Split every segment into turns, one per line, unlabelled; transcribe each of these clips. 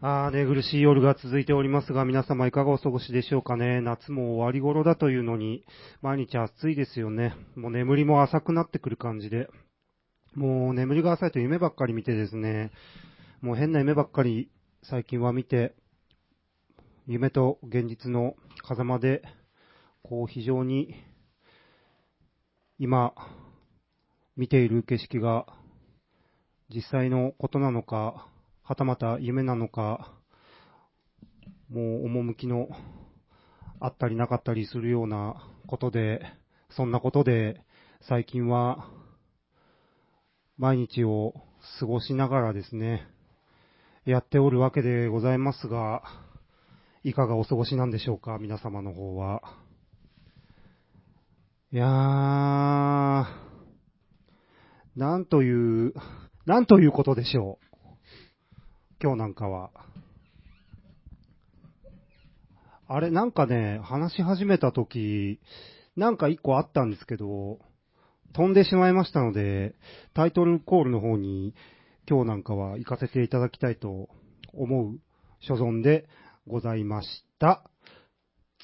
あー寝苦しい夜が続いておりますが、皆様いかがお過ごしでしょうかね。夏も終わり頃だというのに、毎日暑いですよね。もう眠りも浅くなってくる感じで。もう眠りが浅いと夢ばっかり見てですね、もう変な夢ばっかり最近は見て、夢と現実の狭間で、こう非常に今見ている景色が実際のことなのか、はたまた夢なのか、もう趣のあったりなかったりするようなことで、そんなことで最近は毎日を過ごしながらですね、やっておるわけでございますが、いかがお過ごしなんでしょうか、皆様の方は。いやー、なんという、なんということでしょう。今日なんかは。あれ、なんかね、話し始めたとき、なんか一個あったんですけど、飛んでしまいましたので、タイトルコールの方に今日なんかは行かせていただきたいと思う所存でございました。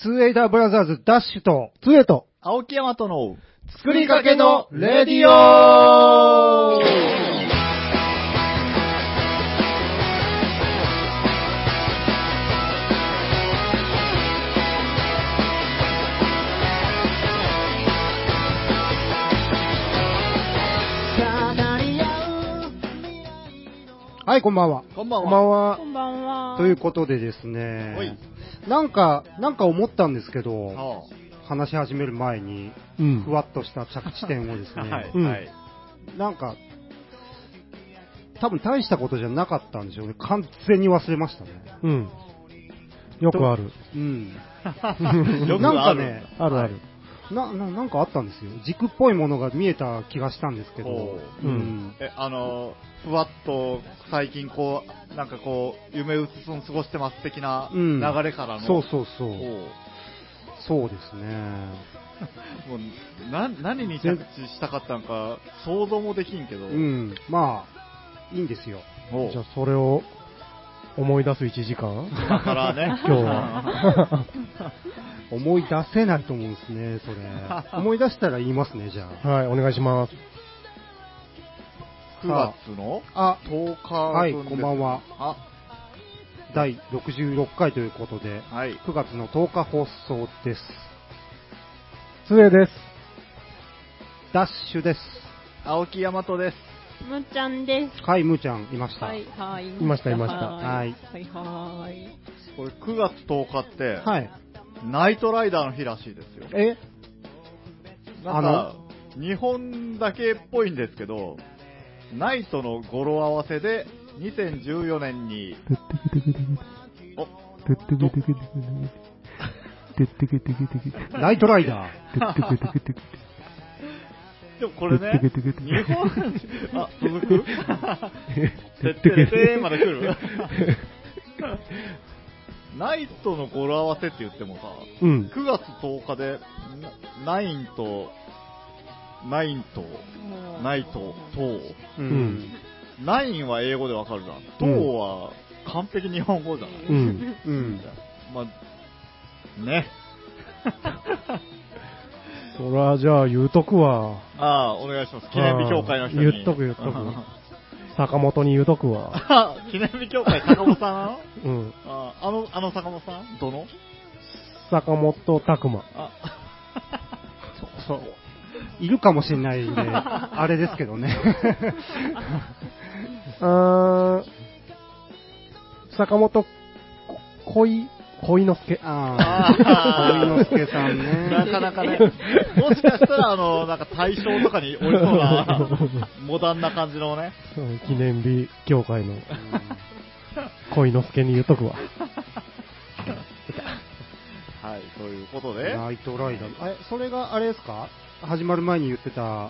ツーエイダーブラザーズダッシュと、
ツエと、
青木山との
作りかけのレディオ
はい、こんばんは。
こんばんは。
こんばんは
こ。んばんは。
ということでです
おい
ね、なんか、なんか思ったんですけど、
は
話し始める前に、
うん
ふわっとした着地点をです
あは
ね
い、
うん
はい。
なんか、多分大したことじゃなかったんでしょうね。完全に忘れましたね。
うん。よくある。
うん。
よく
なん
あ
か
る
ね、
あるある。
な、な、なんかあったんですよ。軸っぽいものが見えた気がしたんですけど
ほ。
う
うん。
え、あの、ふわっと最近こう、なんかこう、夢うつつん過ごしてます的な
う
流
ん
れからの。
そうそうそう
お。う
そうですね。
もうな何に着地したかったのか想像もできんけど、
うん。まあ、いいんですよ。
おう
じゃあ、それを思い出す1時間
今か らね、
今 日は。
思い出せないと思うんですね、それ。思い出したら言いますね、じゃ
はい、お願いします。
9月の
あ。
10日
あ、はい、こんばん
は。
は。
あ、
第66回ということで、
はい。
9月の10日放送です。
ツエです。
ダッシュです。
青木大和です。
むっちゃんで
はい、むーちゃん、いまし
す。
た。
はい、はい。
いましたいました
はい、はい、はい。
これ9月10日って、
はい。
ナイトライダーの日らしいですよ。
え
なんか、日本だけっぽいんですけど、ナイトの語呂合わせで、2014年に、お
ナイトライダー。
でもこれね、日本、あ、続くてってれてーまで来るナイトの語呂合わせって言ってもさ、
うん。
9月10日で、なナインと、ナインと、
もう
ナイト、トウ。
うんん。
ナインは英語でわかるじゃん。トウは完璧日本語じゃない、
うん。
うん。
まあ、ね。
そら、じゃあ、言うとくわ。
ああ、お願いします。記念日協会の人
あ
に。
あ言っとく言っとく
あ
坂本に言うとくわ。
あ記念日協会、坂本さんなの
うん。
あああの、あの坂本さんどの
坂本拓馬。
あ、
そう。いるかもしれないんで、あれですけど ね。
あー坂本こ、恋、恋之助。
ああ、
あ
鳥之助さん
な
ね。
かなかね、もしかしたら、あの、なんか大正とかにおりそうな、モダンな感じのね。
うん記念日協会の 恋之助に言うとくわ。
はい、ということで、
ナイトライダー。え、それがあれですか始まる前に言ってた、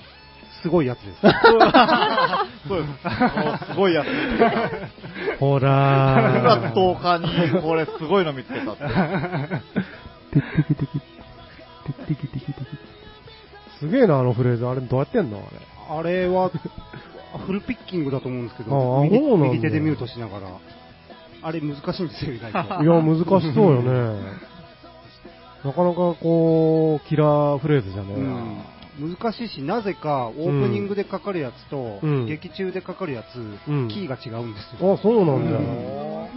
すごいやつ ですか
そうです。あのすごいやつ。
ほ
9
ら
月10
ー。
日に、これすごいの見つけたって。
すげえな、あのフレーズ。あれ、どうやってんのあ
あ
れ。
れは、フルピッキングだと思うんですけ
あ
ど
あ、
右
そうなんだ
右手でミュートしながら。あれ難しいんですよ、意外と。
いや、難しそうよね。なかなかこう、キラーフレーズじゃねえ
うん
な。
難しいし、なぜかオープニングでかかるやつと、
うん
劇中でかかるやつ、
うん
キーが違うんですよ。
あ、そうなんだ。
うん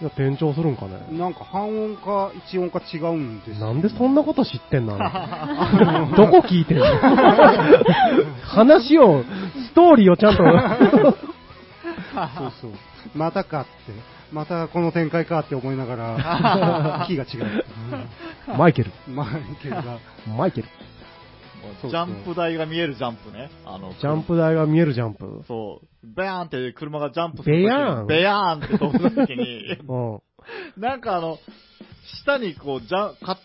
いや、転調するんかね。
なんか半音か一音か違うんですよ
なんでそんなこと知ってんのどこ聞いてんの話を、ストーリーをちゃ んと。
そうそう。またかって、またこの展開かって思いながら、キーが違う。
マイケル。
うんマイケルが。
マイケル。
そうそう
ジャンプ台が見えるジャンプね。あの、
ジャンプ台が見えるジャンプ。
そう。ベヤーンって車がジャンプする時に
ベヤーン
ベヤーンって飛ぶとき に、
うん。
なんかあの、下にこう、じゃ、か、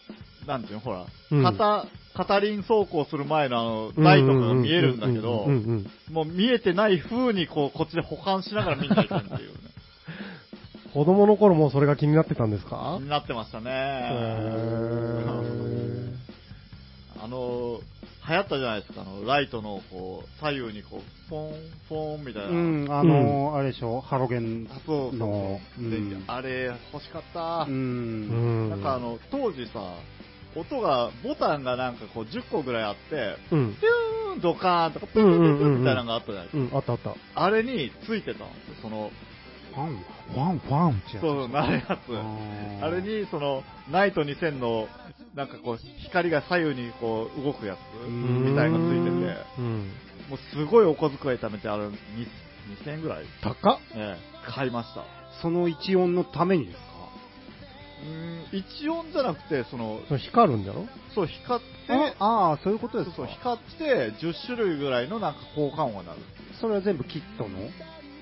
なんていうの、ほら、
うん
片、片輪走行する前のあの、ライトが見えるんだけど
うんう、んうん
もう見えてない風にこう、こっちで保管しながら見ていく っていうね。
子供の頃もうそれが気になってたんですか
になってました
へ
ね。
ー
あの、流行ったじゃないですか、あの、ライトのこう、左右にこう、ポン、ポンみたいな。
うん、あのーあれでしょ、ハロゲン
あそうそう
の、
そううで
ん
あれ、欲しかった
う。。
うんん。
なんかあの、当時さ、音が、ボタンがなんかこう10個ぐらいあって、
うん。
ピューン、ドカーンとか、プ
う
ン
ん
プ
う
ン
ん
プ
う
ン
んうん
みたいなのがあったじゃないですか。
うん、あったあった。
あれについてたんですよ、その、
ファン、ファン、ファンってやつ。
そう、なるやつ。
あー
あれ、に、その、ナイト2000の、なんかこう、光が左右にこう、動くやつ、
ん
みたいなのついてて、
うん。
もうすごいお小遣い貯めて、あれ、に2000円ぐらい、ね、
高っ。
買いました。
その一音のためにですか
うん、一音じゃなくて、その、
それ光るんだろ
そう、光って、
ああー、そういうこと
そ
です
う
か
そう、光って、10種類ぐらいのなんか効果音が鳴る。
それは全部キットの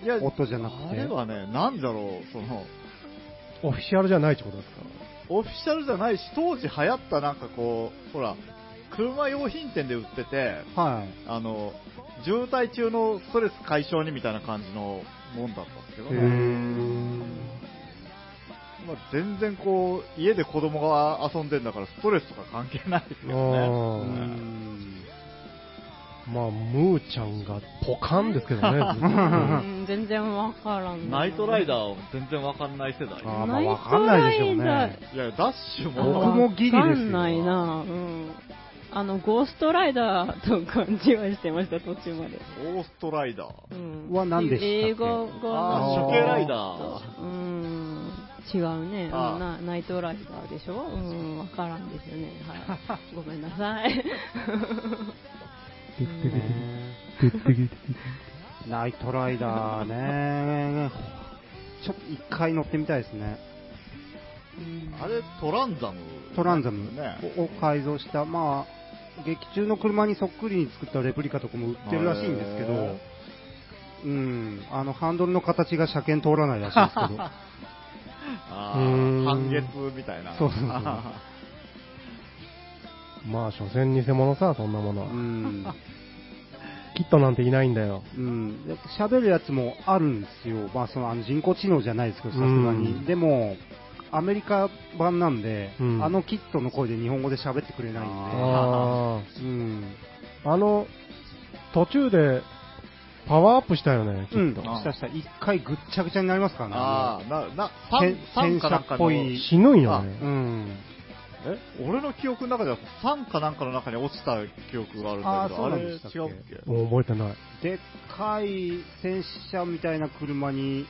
いや
音じゃなくて
あれはね、なんだろう、その、
オフィシャルじゃないってことですか
オフィシャルじゃないし、当時流行ったなんかこう、ほら、車用品店で売ってて、
はい。
あの、渋滞中のストレス解消にみたいな感じのもんだったんですけど
へ
ね、まあ、全然こう、家で子供が遊んでんだからストレスとか関係ないですけどね。
う
あー
ん
まあ、ムーちゃんがポカンですけど ね。ずっ
うん全然わからんな。
ナイトライダーは全然わかんない世代。
あーまあわかんないでしょう
ナイ
ね。
いや、ダッシュ
あ
僕
も、
もギリですよ
わかんないな、うん。あの、ゴーストライダーと勘違いしてました、途中まで。
オーストライダー。
うん
は何でしたっけ
映画が
ー
あー、処刑ライダー。
うん、違うね。うん
あー
なナイトライダーでしょうん、わからんですよね。はい。ごめんなさい。うん
ナイトライダー ね。ちょっと一回乗ってみたいですね。
あれ、トランザム、
トランザム
ね。
を改造した、まあ、劇中の車にそっくりに作ったレプリカとかも売ってるらしいんですけ
へ
ど、うん、あの、ハンドルの形が車検通らないらしいですけど、
あ
うー
ー
ん
半月みたいな。
そうそうそう
あ
まあ、所詮偽物さ、そんなものは
う。ん、
キットなんていないんだ よ。
うん、で喋るやつもあるんですよ。まあ、その、あの人工知能じゃないですけど、さすが
う
に。
ん
でも、アメリカ版なんで、
うん
あのキットの声で日本語で喋ってくれない
あ
んで、うん、
あ。あの、途中で、パワーアップしたよね、き
うん、
っ
し
と。
たした、一回ぐっちゃぐちゃになりますからね。
あー、な、な、サ
戦
ン、サンかな
戦
ん
車
か
っぽ
の、
い
死ぬんよ
あの
ね。
うん。
え俺の記憶の中では、サンかなんかの中に落ちた記憶があるんだけど、
あーそう
あ
なん
れ違
で
う
した
っ
っけ
け
もう覚えてない。
でっかい戦車みたいな車に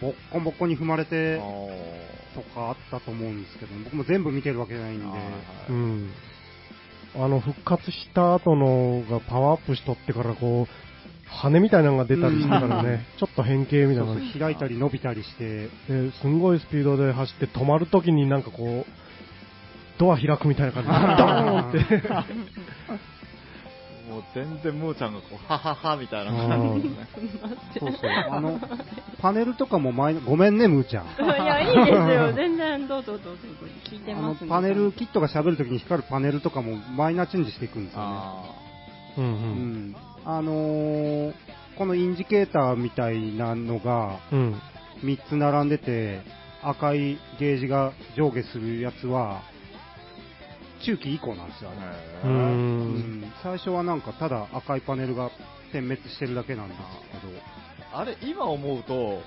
ボッコボコに踏まれて
あ
とかあったと思うんですけど、僕も全部見てるわけじゃないんで、
う
ー
ん。あの、復活した後のがパワーアップしとってから、こう、羽みたいなのが出たりしてからね、ちょっと変形みたい
そう
なのが
そう開いたり伸びたりして、
ですんごいスピードで走って止まるときになんかこうドア開くみたいな 感じでドーンって
もう全然ムーちゃんがこう、はははみたいな感じですね。
そうそう、あの、パネルとかも前の、ごめんね、むーちゃん。
いや、いいですよ。全然、どうぞどうぞ。聞いて
あ
ま
の
すね。
パネル、キットが喋るときに光るパネルとかもマイナーチェンジしていくんですよね。
うんう
うんん。あのー、このインジケーターみたいなのが、
うん
3つ並んでて、赤いゲージが上下するやつは、中期以降なんですよ、あれ
う
へ
うんん最初はなんかただ赤いパネルが点滅してるだけなんです
ーあれ、今思うと、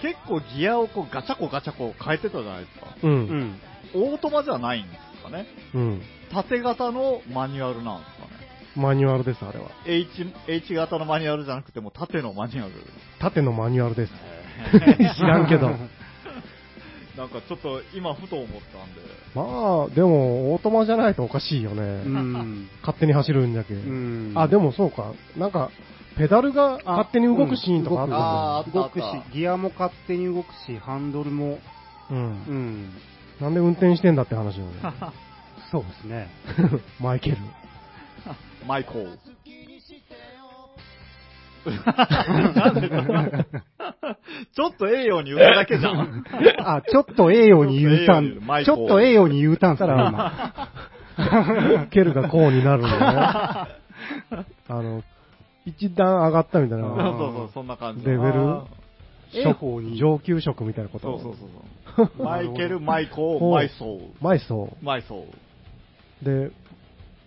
結構ギアをこうガチャコガチャコ変えてたじゃないですか。
う。
うんん。
オートマじゃないんですかね。
うん。
縦型のマニュアルなんですかね。
マニュアルです、あれは。
H, H 型のマニュアルじゃなくても縦のマニュアル。
縦のマニュアルです。知らんけど。
なんかちょっと今ふと思ったんで。
まあ、でも、オートマじゃないとおかしいよね。
うん。
勝手に走るんだけ。
うん
あ、でもそうか。なんか、ペダルが勝手に動くシーンとか
うん
あ
あ
動く
あったあっ
し、ギアも勝手に動くし、ハンドルも、
るじゃん。うん
う。ん、
なんで運転してんだって話よね。
そうですね。
マイケル。
マイコー。 なんでそんな ちょっとええように言っただけじゃ ん。
あ、ちょっとええように言うたん、ち
ち
ょ
ょ
っ
っ
と
と
え
え
え
え
ように言うたんすから、今。
ケルがこうになるんだよね。あの、一段上がったみたい
そう
な。
そうそう、そんな感じ。
レベル
あ
え方に。
上級職みたいなこ
ーそ
と。
うそうそう そう。マイケル、マイコー、マイソー。
マイソ
マ イソー。
ー。で、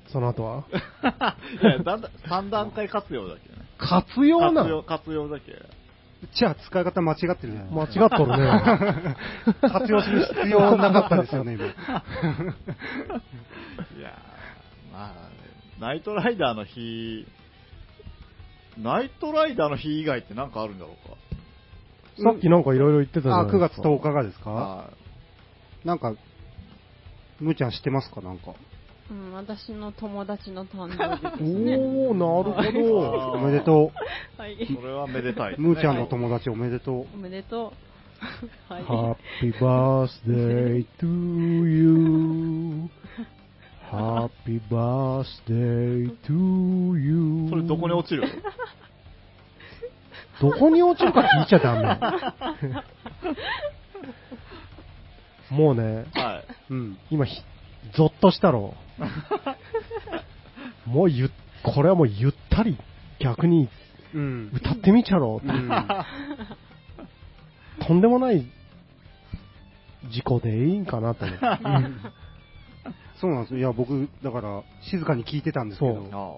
その後 はい
や、だんだ3段階活用だっけね。
活用な
活
の
用、活用だっけ。
じゃあ使い方間違ってるじゃ
間
ない
違っとる ね。
活用する必要なかったですよね、今。
いやーまあ、ナイトライダーの日、ナイトライダーの日以外ってなんかあるんだろうか。
さっきなんかいろいろ言ってたじゃ
あ、
ない
9
ですか。
月10日がですか
あ
なんか、むーちゃん知ってますかなんか。
うん、私の友達の誕生日ですね。
おー、なる ほど。
おめでと
はい。
ーそれはめでたい、
う。むーちゃんの友達おめでと
おめでとう。はい。
Happy birthday to you. Happy birthday to you.
それどこに 落ちる
どこに落ちるか聞いちゃダ メ。もうね、
は
う。うん。
今ひ、ゾッとし たろ。もうゆ、これはもうゆったり、逆に
うん。
歌ってみちゃろ
う。ん。
とんでもない事故でいいんかなと 思って。
そうなんですよ。いや、僕、だから、静かに聞いてたんですけ
そ
ど
う
い。。あ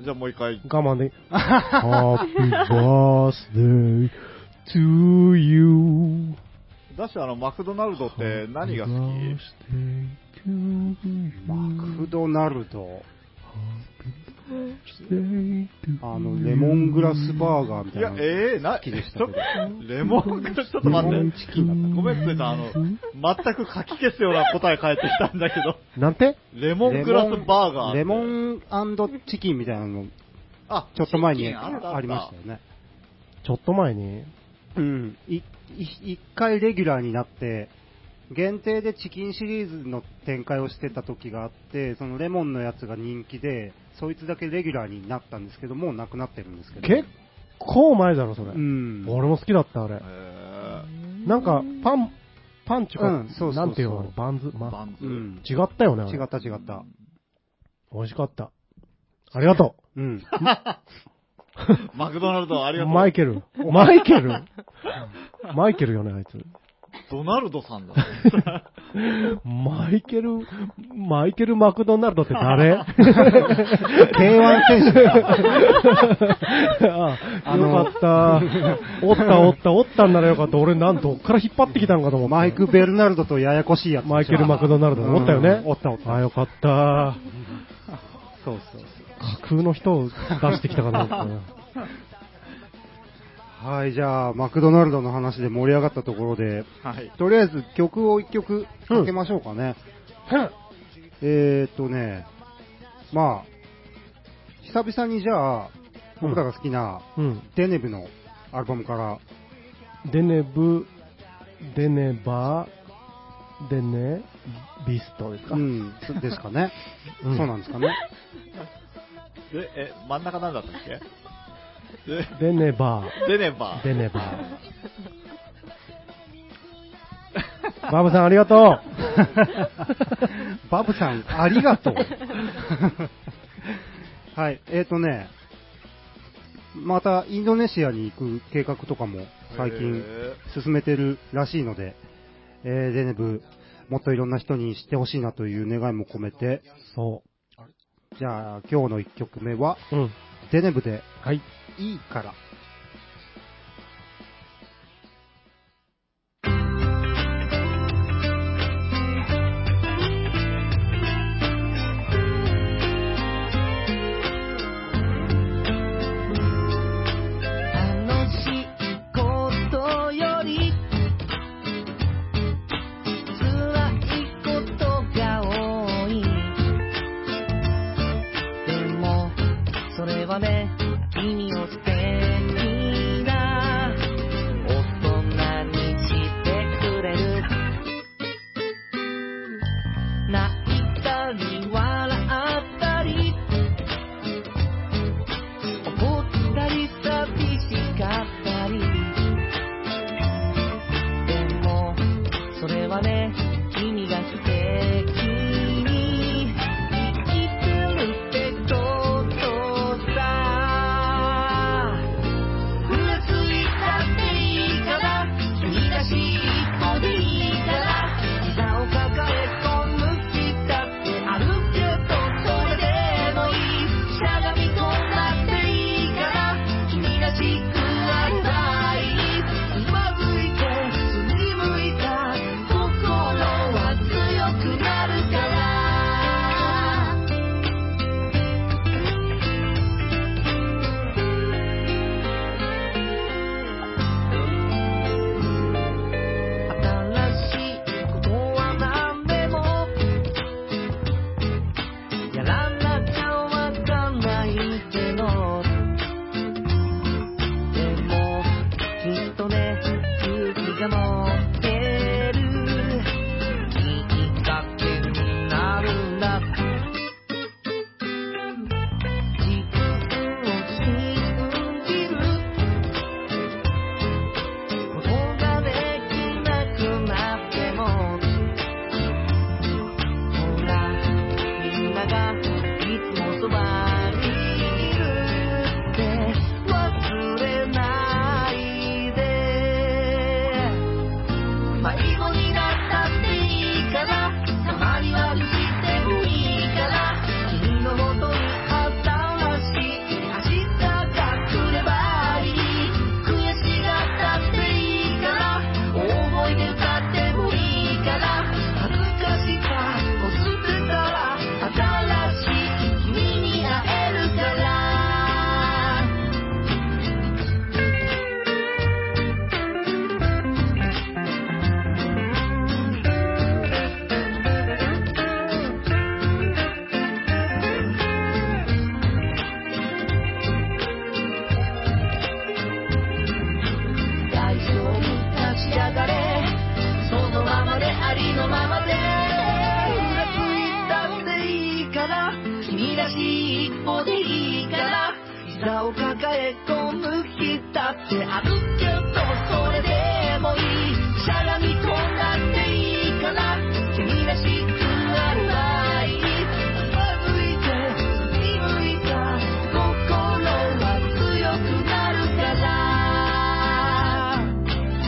あじゃあもう一回。
我慢で。Happy birthday to you.
だし、あの、マクドナルドって何が好き
Happy birthday to you.
マクドナルド、
Birthday to
あの、レモングラスバーガーみた
い
いな
や
の。、
ええな、
好きでした
ち
け
ょ
ど
レモングラス、ちょっと待って。
レモンチキンだ
ごめん、つーちゃん、あの、全く書き消すような答え返ってきたんだけど、
you なんて
レモングラスバーガーって。
レモンチキンみたいなの、
あ、
ちょっと前
チキ
に
ンれだった
ありましたよね。
ちょっと前に、
うん。いい一回レギュラーになって、限定でチキンシリーズの展開をしてた時があって、そのレモンのやつが人気で、そいつだけレギュラーになったんですけど、もうなくなってるんですけど。
結構前だろ、それ。
うん。
俺も好きだった、あれ。
へ
なんか、パン、パンチか、
うんそうそうそう
なんていうのあれバンズ、
ー
ま
バンズ。
うん。
違ったよね、あれ
違った違った。
美味しかった。ありがと
うん。
マクドナルド、ありが
う。
とう。
マイケル。マイケル。 マイケルよね、あいつ。
ドナルドさんだ。
マイケル、マイケル・マクドナルドって誰あ
K1 選手だ。あの
よかった。おったおったおったんならよかった。俺なんどっから引っ張ってきたんかと思った。
マイク・ベルナルドとややこしいやつ。
マイケル・マクドナルド。おったよね
う。んおったおった
あ、よかった。
そうそうそう。
架空の人を出してきたかと思ったな。
はい、じゃあ、マクドナルドの話で盛り上がったところで、
はい。
とりあえず曲を一曲かけましょうかね。えーっとね、まあ、久々にじゃあ、僕らが好きな
うん。
デネブのアルバムから、
デネブ、デネバー、デネ、ビストですか。
うん、ですかね。
うん
そうなんですかね。
で、え、真ん中なんだったっけで、
デネバ
デネバー。
ー、デネバー。バブさんありがとう
バブさん、ありがとう。はい、えーっとね、またインドネシアに行く計画とかも最近
へ
進めてるらしいので、えーデネブ、もっといろんな人に知ってほしいなという願いも込めて、
そ
じゃあ今日の1曲目は、
う。うん。
デネブで
はい。
いいから。
はね君が素敵に生きてるってどうさうなずいたっていいから君らしい一歩でいいから膝を抱え込む日だってあるけどそれでもいいしゃがみ込んだっていいから君らしくありたいつまずいてすりむいた心は強くなるから新しいことは何でもやらなきゃわかんないけどでもきっとね勇気が持ってるきっかけになるんだ自分を信じることができなくなってもほらみんながいつもそばにいるって忘れないで迷子になったっていいからたまにはしてもいいから君のもとに新しい明日が来ればいい悔しがったっていいから大声で歌ってもいいから恥ずかしさを捨てたら新しい君に会えるから大丈夫立ち上がれそのままでありのままでうなずいたっていいから君らしい一歩でいいから膝を抱え込む日だってあるけどそれでもいいしゃがみ込んだっていいから君らしくあるまいつまずいて振り向いた心は強くなるから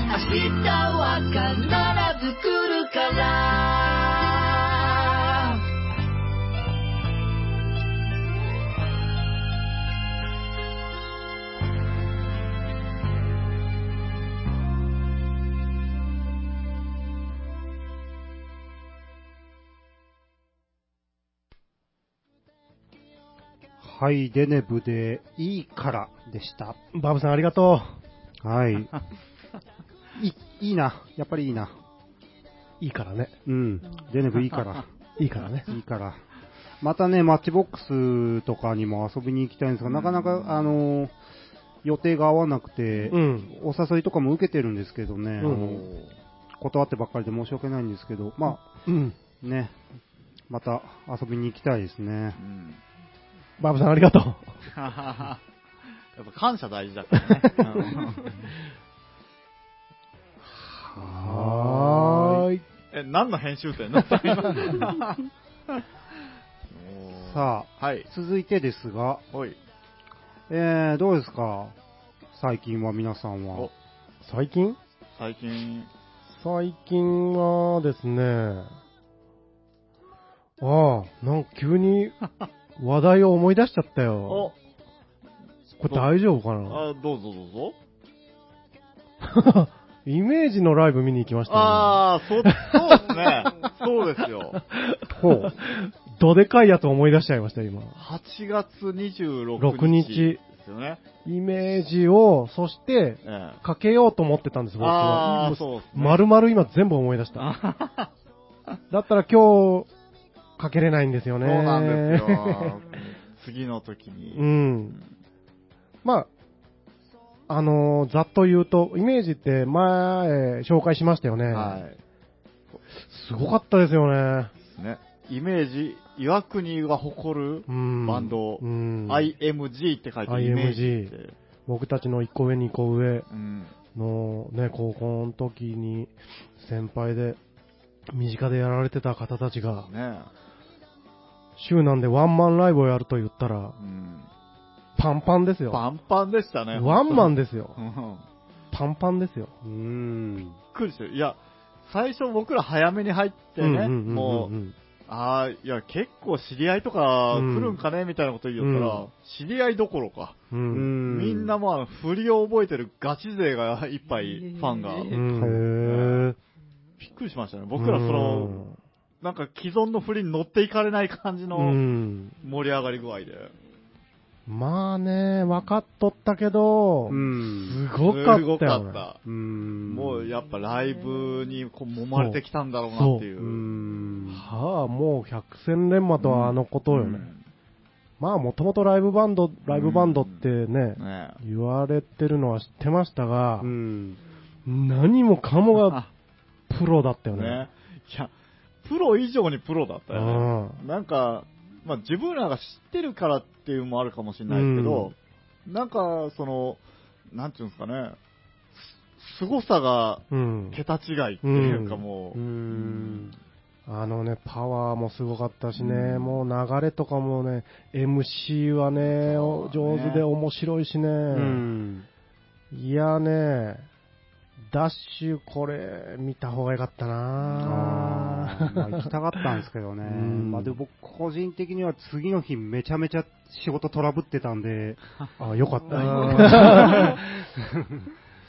明日は必ず来るから
はい、デネブでいいからでした。
バブさんありがと
はい。いいいな。やっぱりいいな。
う。いいからね。
うん。デネブいいから。
いいからね。
いいから。またね、マッチボックスとかにも遊びに行きたいんですが、なかなか、あのー予定が合わなくて、
うん。
お誘いとかも受けてるんですけどね、
うん
あの断ってばっかりで申し訳ないんですけど、ま
うん。
あね、また遊びに行きたいですね
う。ん。
バブさんありがとう。
ははは やっぱ感謝大事だからね。
はーい。
うんえ、何の編集点 だった今あ、
さあ、
はい。
続いてですが、
おい。
えー、どうですか最近は皆さんは
お。
最近
最近、
最近はですね、ああ、なんか 急に話題を思い出しちゃったよ。
お、
これ大丈夫かな
あ、どうぞどうぞ。
イメージのライブ見に行きましたよ、
ああ、そ、 そうですね。そうですよ。
ほう。
どでかいやつ思い出しちゃいました、今。
8月26
6
日。
日。
ですよね。
イメージを、そして、
ええ。
かけようと思ってたんです、僕
あ
は。
あ、そうですね。
まるまる今全部思い出した。だったら今日、かけれないんですよ
そ
ね。
うなんですよ。次の時に。
うん。まあ、あのーざっと言うと、イメージって前、紹介しましたよね。
はい。
すごかったですよね。
ね、イメージ、岩国が誇る
うん。
バンド
うん
IMG って書いてあるイメージって。
僕たちの一個上、二個上
うん。
のね、高校の時に、先輩で、身近でやられてた方たちが、
ね
週なんでワンマンライブをやると言ったら
う、ん。
パンパンですよ。
パンパンでしたね。
ワンマン
で。
ですよ
う。ん。
パンパンですよ。
うーん。
びっくりしてる。いや、最初僕ら早めに入って
うんうん
ね、
うんうん
もう、ああ、いや、結構知り合いとか来るんかね、みたいなこと言ったら、
うん
知り合いどころか。
う。
うんん
みんなもうあの、振りを覚えてるガチ勢がいっぱい、ファンが。
う
う
へ
ん
ー
びっくりしましたね。僕らその、、なんか既存の振りに乗っていかれない感じ
う
の
ん。
盛り上がり具合で。
まあね、分かっとったけど
う、ん。
すごかったよね。
すごかった。
うーん。
もうやっぱライブにこう揉まれてきたんだろうなっていうう。
ーん。
はあ、もう百戦錬磨とはあのことよね。
うん
まあ、もともとライブバンド、ライブバンドってね、
ねえ
言われてるのは知ってましたが、
うん。
何もかもが
あ
プロだったよね。
ね。いや、プロ以上にプロだった
う
よね。
ん。
なんか、まあ自分らが知ってるからっていうのもあるかもしれないですけど、なんかその、なんていうんですかね、す凄さが
うん。
桁違いっていうかもう、
うーん。
あのね、パワーもすごかったし
う
ね、
ん
もう流れとかもね、MC はね、お
そう
上
ね
手で面白いしね。
うん。
いやね、ダッシュこれ見た方がよかった
あーまあ
な
行きたかったんですけどね。
うん
まあでも僕個人的には次の日めちゃめちゃ仕事トラブってたんで、
あよかっ
あ
た。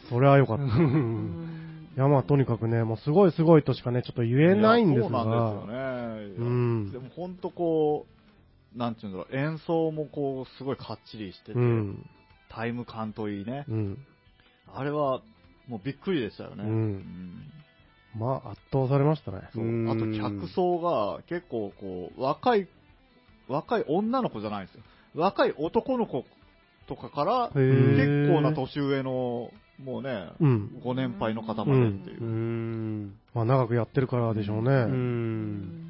それはよかった。 い
ん
やまあとにかくね、もうすごいすごいとしかね、ちょっと言えないんです
やそう
が、
なんですよね。
うん
でも本当こう、なんていうんだろう、演奏もこう、すごいかっちりしてて、
うん、
タイム感といいね。
うん。
あれは、もうびっくりでしたよね。
うん
うん
まあ圧倒されましたね。
そう
うん
あと客層が結構こう、若い、若い女の子じゃないんですよ。若い男の子とかから、
へ
結
ー
構な年上の、もうね、
うん。
ご年配の方までっていう
ー
う。
ん。
まあ長くやってるからでしょうね。
うーん。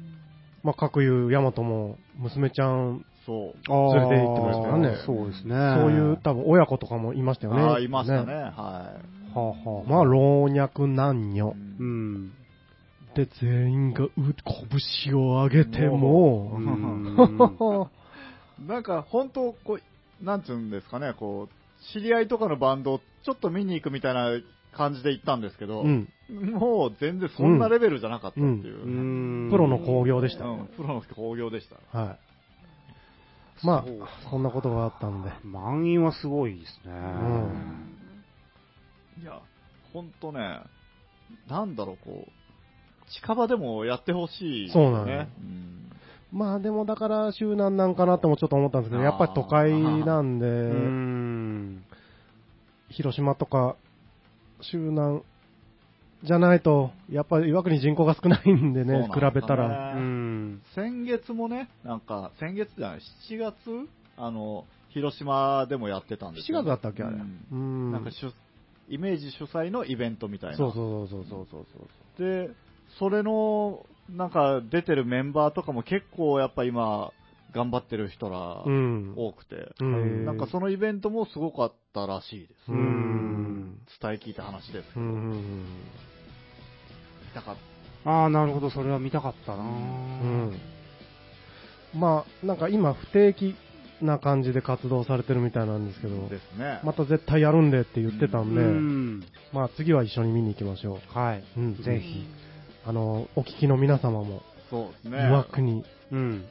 まあ各有ヤマトも娘ちゃん、
そう。
連れて行ってましたよね
そうですね。
そういう多分親子とかもいましたよね。
ああ、いましたね。。は
はあはあ。
まあ老若
い。
男女。
う
うん
ん。
で、全員がう拳を上げても
う
う、
ん
なんか本当こう、なんていうんですかね、こう、知り合いとかのバンドをちょっと見に行くみたいな感じで行ったんですけど、
うん、
もう全然そんなレベルじゃなかったっていう。
う
うん
ん
プロの興行でした。は
プロの興行でした。
い。ま
そう
あ、そんなことがあったんで。
満員はすごいですね。
ん
いや、ほんとね、なんだろう、こう、近場でもやってほしい、ね。
そうなのよ
ね。
まあでもだから、周南なんかなってもちょっと思ったんですけど、やっぱり都会なん
う
で、
ん。
広島とか、周南じゃないと、やっぱり岩国人口が少ないんで
そうなん、
ね比
だね
べたら。
うん。
先月もね、なんか、先月じゃない、7月あの、広島でもやってたんです
7
よ
月だったっけ、あれ。
う
うんん。
なんか主イメージ主催のイベントみたいな。
そうそうそうそうそうそう。
で、それの、なんか出てるメンバーとかも結構やっぱ今、頑張ってる人ら
うん。
多くて、
うん
なんかそのイベントもすごかったらしいです。
うん
伝え聞いた話ですけ
う
ど。
ん。
だから、
ああ、なるほど、それは見たかったな
うん。まあ、なんか今、不定期な感じで活動されてるみたいなんですけど、
ですね。
また絶対やるんでって言ってたんで、
うん。
まあ次は一緒に見に行きましょ
はい。
う。うん、
ぜ
ひ。
ひ。
あの、お聞きの皆様も、
そうですね。
岩国
うん。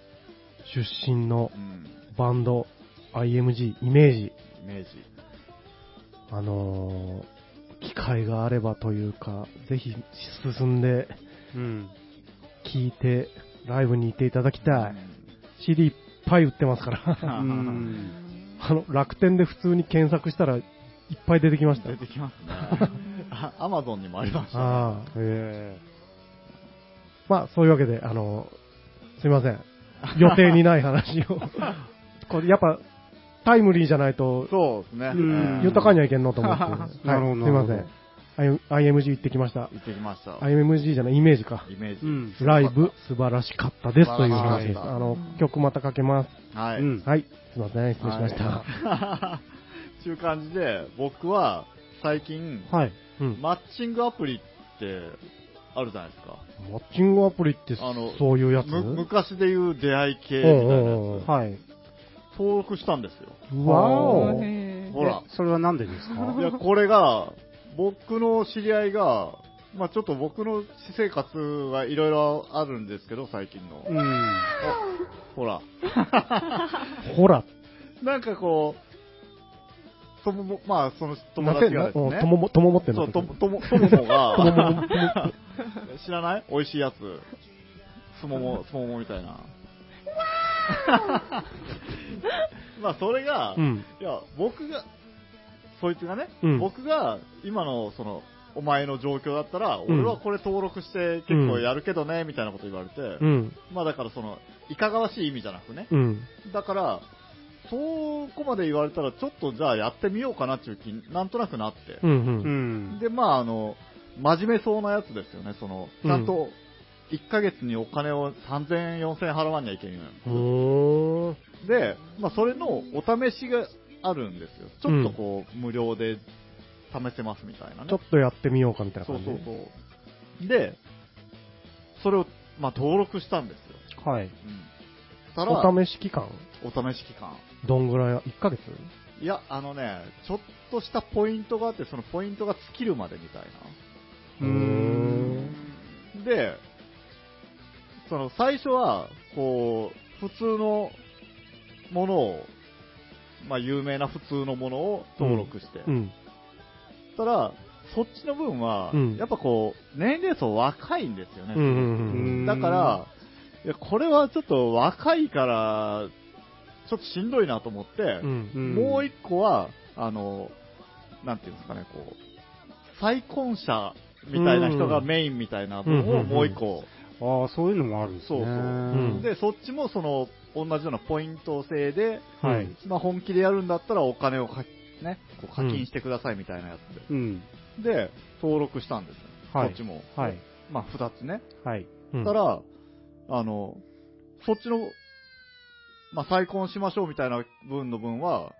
出身の
うん。
バンド、IMG、イメージ、
イメージ。
あのー機会があればというか、ぜひ進んで、
うん。
聞いて、ライブに行っていただきた
う
い。
ん
CD いっぱい売ってますから。
うん
あの、楽天で普通に検索したらいっぱい出てきました
出。てきますね。 あアマゾンにもありましたね。
ああ。
へ
まあ、そういうわけで、あの、すいません。予定にない話 を。これやっぱ、タイムリーじゃないと、
そうですね。
うん
豊かにはいけんのと思っ て。はい
なるほど
すいませ
なる
ん。I- IMG 行ってきました。
行ってきました。
IMG じゃない、イメージか。
イメー
う
ジ。
ん。
ライブ素晴らしかったですという話
素晴らし
です。
かった
あの、曲またかけます。
はい。
うん
はい。すいません。失礼しました。
はい。っていう感じで、僕は最近、
はい。
うん。
マッチングアプリってあるじゃないですか。
マッチングアプリって
あの
そういうやつ
む昔でいう出会い系
う
み
んう
たいなやつ、
んうん
はい。
登録したんですよ。
わお
へー
ほら
え。それはなんでですか
いや、これが、僕の知り合いが、まあちょっと僕の私生活はいろいろあるんですけど、最近の。
うん。
ほら。
ほら、
なんかこう、とも、まあその友
なぜ
達がですね。
ともも、とももってん
そう、
の
とも、とも、とももが、
も
知らない美味しいやつ。すもも、すももみたいな。まあそれが、
うん。
いや、僕が、そいつがね、
うん
僕が今のその、お前の状況だったら、
ん
俺はこれ登録して結構やるけどね、みたいなこと言われて、
うん。
まあだからその、いかがわしい意味じゃなくね、
うん。
だから、そこまで言われたら、ちょっとじゃあやってみようかなっていう気に、なんとなくなって、
うん。う。
うんん。
で、まああの、真面目そうなやつですよね、その、ちゃんと、1ヶ月にお金を3000円、4000円払わなきゃいけないのよ。
ほー
で、まあ、それのお試しがあるんですよ。ちょっとこう、無料で試せますみたいなね。
ちょっとやってみようかみたいな
そう
感じ。
そうそう。で、それを、まあ、登録したんですよ。
はい。
うん。したら、お
お試し期間
試し期間。
どんぐらい ?1 ヶ月
いや、あのね、ちょっとしたポイントがあって、そのポイントが尽きるまでみたい
うんん。
な。で、その最初は、こう、普通のものを、まあ、有名な普通のものを登録して、
うん。
たら、そっちの分は、
うん
やっぱこう、年齢層若いんですよね。
うんうんうん。
ん
だから、いや、これはちょっと若いから、ちょっとしんどいなと思って
う、ん。
ん
もう一個は、あの、なんていうんですかね、こう、再婚者みたいな人がメインみたいな分
うん
をもう一個、
ああ、そういうのもあるんですね。
そうそうんで、そっちもその、同じようなポイント制で、
はい。
まあ、本気でやるんだったらお金をか、ね、こう課金してくださいみたいなやつで。
うん。
で、登録したんです、
はい
こっちも。
はい。
まあ、二つね。
はい。
う
そ
ん
したら、あの、そっちの、まあ、再婚しましょうみたいな分の分は、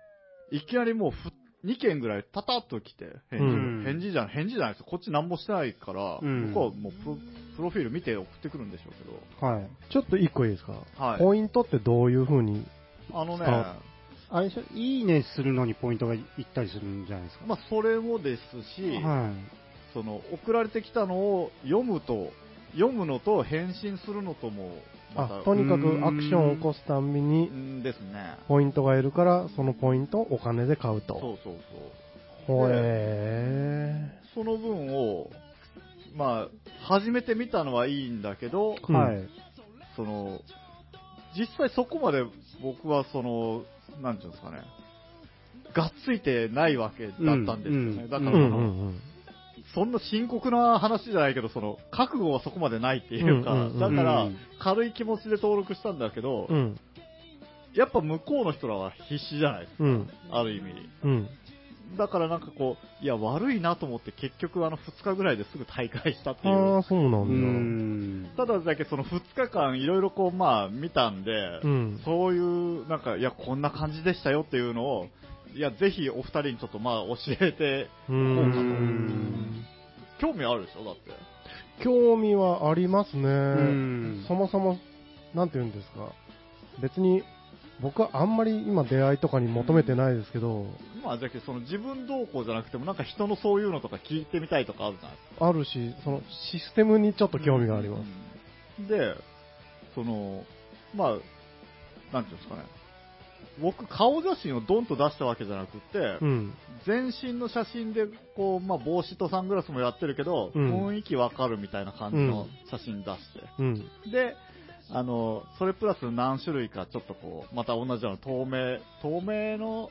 いきなりもうふ、2件ぐらいタタッと来て、返事、
うん
返事じゃない、返事じゃないですこっち何もしてないから、
うん
僕はもうプロプロフィール見て送ってくるんでしょうけど、
はい。
ちょっと1個いいですか
はい
ポイントってどういう風に
あのね、
あ
あれでしょいいねするのにポイントがいったりするんじゃないですか。
まあ、それもですし、
はい。
その、送られてきたのを読むと、読むのと返信するのとも、ま
あ、
た
と、にかくアクションを起こすたんびに
う、んですね。
ポイントが得るから、そのポイントをお金で買う
そ
と。
うそうそう。
ほえ
その分を、まあ、初めて見たのはいいんだけど、
うん
はい。
その、実際そこまで僕はその、なんていうんですかね、がっついてないわけだったんですよね。
うん
だ
ー。
か
う
らそ
ん
の、
うん
そんな深刻な話じゃないけど、その、覚悟はそこまでないっていうか、
うんうんうん
だから、
うん
軽い気持ちで登録したんだけど、
うん。うん。
やっぱ向こうの人らは必死じゃないですか、
うん。
ある意味。
うん。
だからなんかこう、いや、悪いなと思って結局あの2日ぐらいですぐ大会したっていう。
ああ、そうな
うん
だ。
ん。
ただだけその2日間いろいろこうまあ見たんで、
うん。
そういうなんかいやこんな感じでしたよっていうのをいやぜひお二人にちょっとまあ教えて
う
うん
ん。
興味あるでしょだって
興味はあります
う
ね。
ん。
そもそも、なんて言うんですか。別に、僕はあんまり今出会いとかに求めてないですけど、
まあだけどその自分同行じゃなくてもなんか人のそういうのとか聞いてみたいとかあるじゃないですか
あるし、そのシステムにちょっと興味があります。
うんでそのまあなんていうんですかね僕顔写真をドンと出したわけじゃなくって、
うん。
全身の写真でこう、まあ、帽子とサングラスもやってるけど、
うん
雰囲気わかるみたいな感じの写真出して、
うん。
であのそれプラス何種類かちょっとこうまた同じような透明透明の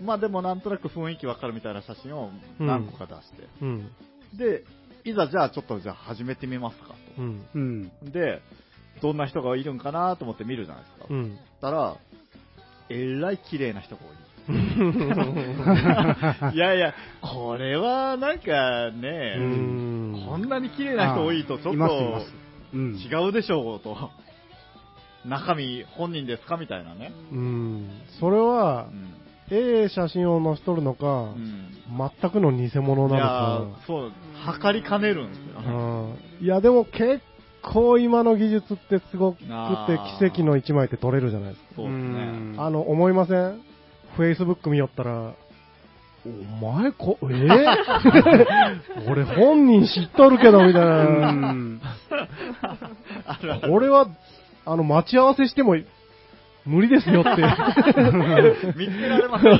まあでもなんとなく雰囲気わかるみたいな写真を何個か出して、
うん。
でいざじゃあちょっとじゃあ始めてみますか
うん。
うん。
とでどんな人がいるんかなと思って見るじゃないですか、
う
だ
ん。
ったらえらい綺麗な人が多いいやいや、これはなんかね、
うん
こんなに綺麗な人多いとち
あ
ょ
い
っ
ますいます
と
うん。
違うでしょうと、中身本人ですかみたいなね。
うん。それは
う、ん
ええ写真を載せとるのか、
うん
全くの偽物
い
な
や
のか、
そう、測りかねるんですよ。
うんいや、でも結構今の技術ってすごくて
あー
奇跡の一枚って撮れるじゃないですか。
そうですね。
あの、思いませんフェイスブック見よったら、お前こ、えー俺本人知っとるけど、みたいうな。
ん。
あるある。
俺は、あの、待ち合わせしても無理ですよって。
見つけられません。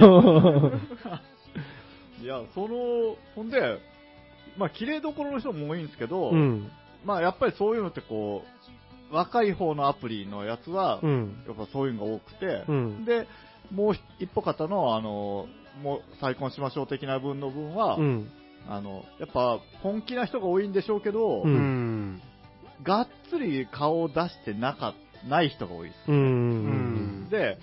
いや、その、ほんで、まあ、綺麗どころの人も多いんですけど、
うん。
まあ、やっぱりそういうのってこう、若い方のアプリのやつは、
うん。
やっぱそういうのが多くて、
うん
で、もう一歩方の、あの、もう再婚しましょう的な分の分は、
うん。
あの、やっぱ本気な人が多いんでしょうけど、
う
う
んん。
がっつり顔を出してなか、ない人が多いで
う。
うんん。
す。で、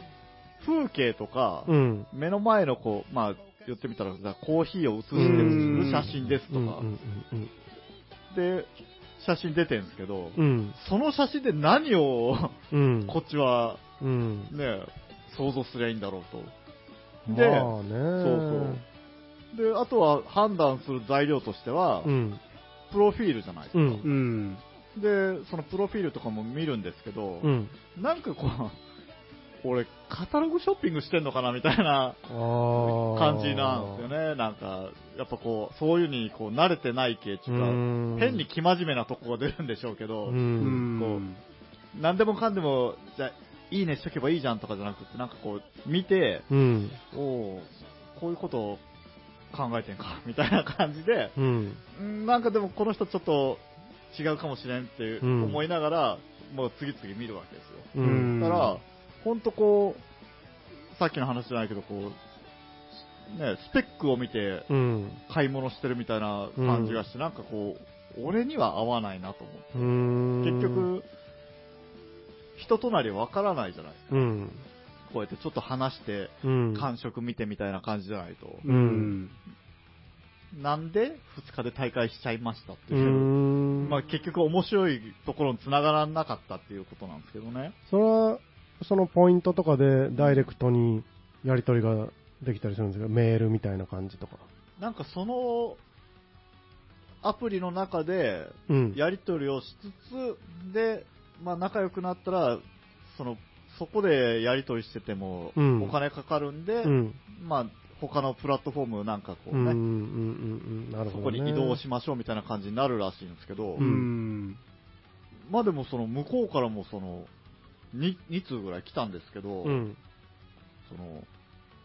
風景とか、
うん。
目の前のこう、まあ、言ってみたら、コーヒーを写して
う
る
ん
写真ですと
うん。
か、で、写真出てるんですけど、
うん。
その写真で何を
うん。
こっちは
うん。
ね、想像すりゃいいんだろうと。
ま
で、
あ
そ
ね。
うそう。で、あとは判断する材料としては、
うん。
プロフィールじゃないです
う
か、
ん。
うん。
で、そのプロフィールとかも見るんですけど、
うん。
なんかこう、 俺、カタログショッピングしてんのかなみたいな
あー
感じなんですよ。ね。なんか、やっぱこう、そういうにこう慣れてない系っていうか、
うん
変に生真面目なとこが出るんでしょうけど、
う。
うんん。
何でもかんでも、じゃあいいねしとけばいいじゃんとかじゃなくて、なんかこう、見て、
うん。
おおこういうことを考えてんか、みたいな感じで、
うん。
うんなんかでもこの人ちょっと違うかもしれんっていう
うん
思いながら、もう次々見るわけですよ。
う
うん
ん。
だから、ほんとこう、さっきの話じゃないけど、こう、ね、スペックを見て
うん。
買い物してるみたいな感じがして、なんかこう、俺には合わないなと思って。
うん。
結、局、人となりわからないじゃないですか。
うん。
こうやってちょっと話して、
うん。
感触見てみたいな感じじゃないと。
うん。
なんで2日で大会しちゃいましたって
う
いう。
ん。
まあ結局面白いところに繋がらなかったっていうことなんですけどね。
それは、そのポイントとかでダイレクトにやり取りができたりするんですけど、メールみたいな感じとか。
なんかその、アプリの中で、
うん。
やり取りをしつつ、で、まあ仲良くなったら、その、そこでやり取りしてても、
うん
お金かかるんで、
うん。
まあ他のプラットフォームなんかこう
うん。うん。うん。う
ね、
ん。なる
そ
ほ
こ
ど、ね。
に移動しましょうみたいな感じになるらしいんですけど、
うん。
まあでもその向こうからもその、2, 二通ぐらい来たんですけど、
うん。
その、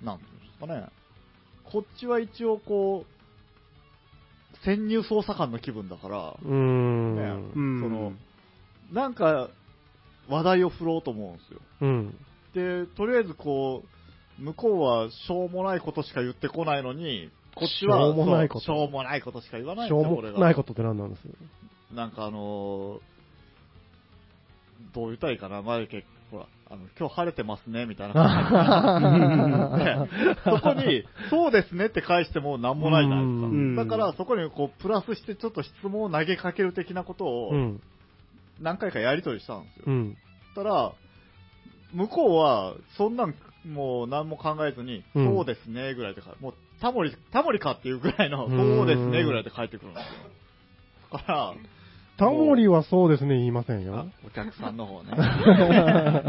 なんていうんですかね、こっちは一応こう、潜入捜査官の気分だから、
うん。
ね
うん
その、なんか、話題を振ろうと思うんですよ。
うん。
で、とりあえずこう、向こうはしょうもないことしか言ってこないのに、こっちは、
しょうもないこと
そうしょうもないことしか言わないんで
し
す
ょ
よ
うも
俺が
ないことって何なんです
なんかあのーどう言ったらいいかな、前結構、ほら、あの、今日晴れてますね、みたいな 感じでそこに、そうですねって返しても何もないじゃな
う
い
ん
ですか。だから、そこにこう、プラスしてちょっと質問を投げかける的なこと
う
を、
ん。
何回かやりとりしたんですよ。
うん。
たら、向こうは、そんなん、もう何も考えずに、
うん
そうですね、ぐらいでか、もう、タモリ、タモリかっていうぐらいの、
うん
そうですね、ぐらいで帰ってくるんですよ。だから、
タモリはそうですね、言いません
あ
よ。
お客さんの方ね。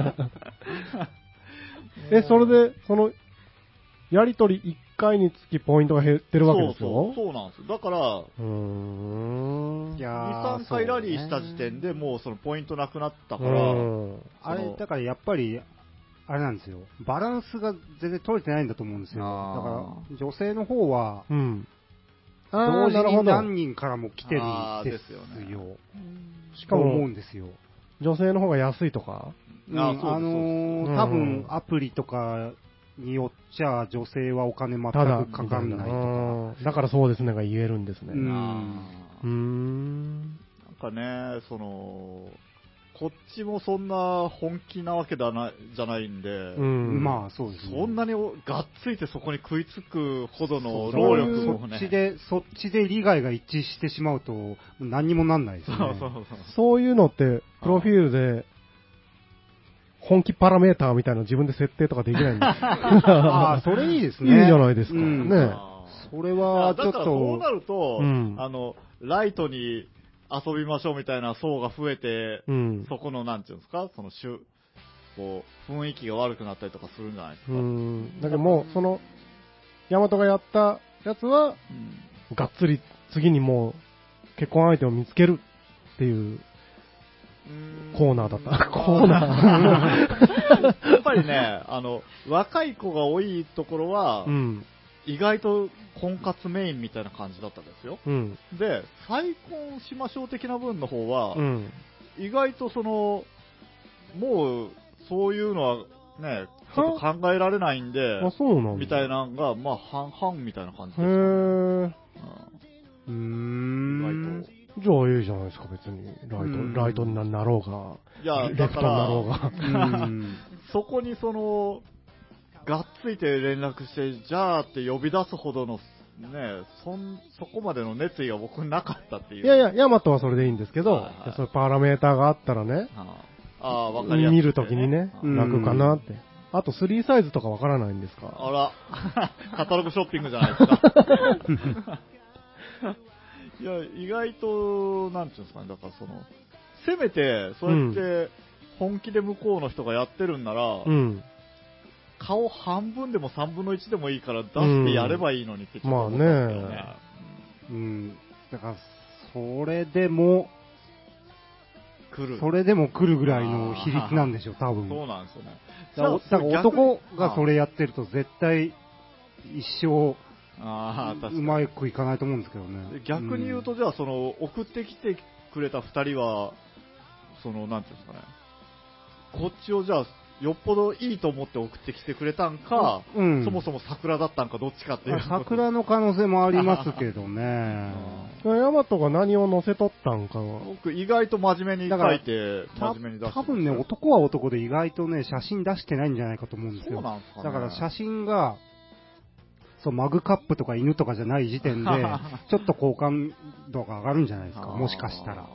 え、それで、その、やりとり1回につきポイントが減ってるわけです
そう
よ。
そうそうなんですよ。だから、
うーん。
いやー
2、3回ラリーした時点でもうそのポイントなくなった
う
から、
ん。
あれ、だからやっぱり、あれなんですよ。バランスが全然取れてないんだと思うんですよ。だ
あ
から、女性の方は、
うん。
同時
なるほ
に
ど。
何人からも来てる
あ
ん
ー
です
ですよ
よ。
し
と
か
思う
も、
んですよ。
女性の方が安いとか
うん
あーそうです
あの
そうで
ー、
す
多
う
分
ん
アプリとかによっちゃ女性はお金全く
ただ、
かかんないとか。
うんだからそうですねが言えるんですね。
う
うんーん。
なんかね、その、こっちもそんな本気なわけだなじゃないんで、
うん。
まあ、そうですね。
そんなにがっついてそこに食いつくほどの
そ
労
ういう
力
そ
も
っ
ね。
ちで、そっちで利害が一致してしまうと、何にもなんないです
そ
ね。
うそうそう。
そういうのって、プロフィールで、本気パラメーターみたいなの自分で設定とかできないん ですか
ああ、それいいですね。
いいじゃないですか
うん
ね
あー
それは、ちょ
だ
っ
からそ
と
うな、ると、
うん
あの、ライトに遊びましょうみたいな層が増えて、
うん。
そこの、なんていうんですか、その、しゅこう、雰囲気が悪くなったりとかするんじゃないです
う
か。
ん。だけどもう、その、ヤマトがやったやつは、
うん
がっつり次にもう、結婚相手を見つけるっていうコーナーだった。コーナー。
やっぱりね、あの、若い子が多いところは、
うん。
意外と婚活メインみたいな感じだったんですよ。
うん。
で、再婚しましょう的な分の方は、
うん。
意外とその、もう、そういうのはね、ちょっと考えられないんで、
あ、そうなんだ。
みたい。なのが、まあ、半々みたいな感じ
へ
ですよね。
ー。
うー
うん意
ん
外と。
じゃあ、いいじゃないですか、別に。ライ
うん
ト、ライトになろう
いや、
が、レ
だ
フ
か
トになろう
ら、
が。
うん
そこにその、がっついて連絡して、じゃあって呼び出すほどの、ね、そん、そこまでの熱意が僕なかったっていう。
いやいや、ヤマトはそれでいいんですけど、
はいはい
いやそういうパラメーターがあったらね、
ああ、ああわかりやすい、
見るときにね、
うん
楽かなって。あと、3サイズとかわからないんです
あ
か
ら、 カタログショッピングじゃないですか。 いや、意外と、なんていうんですかね、だからその、せめて、そうやって、本気で向こうの人がやってるんなら、
うん。
顔半分でも3分の1でもいいから出してやればいいのにってちょっと思ったんですよね。
ま
うん。だから、それでも、
来る。
それでも来るぐらいの比率なんでしょう、多分。
そうなんですよね。
だからだから男がそれやってると絶対一生
ああ、確
う
か
まくいかないと思うんですけどね
に。。逆に言うと、じゃあ、その、送ってきてくれた2人は、その、なんていうんですかね、こっちをじゃあ、よっぽどいいと思って送ってきてくれたんか、
うん、
そもそも桜だったんか、どっちかっていう。
桜の可能性もありますけど ね。
ヤマトが何を載せとったんかは、
僕、意外と真面目に書いて、
た
真面目に出して
多分ね、男は男で意外とね、写真出してないんじゃないかと思うんです
そう
よ。
なんですかね。
だから写真が、そう、マグカップとか犬とかじゃない時 点で、ちょっと好感度が上がるんじゃないですか、もしかしたら。。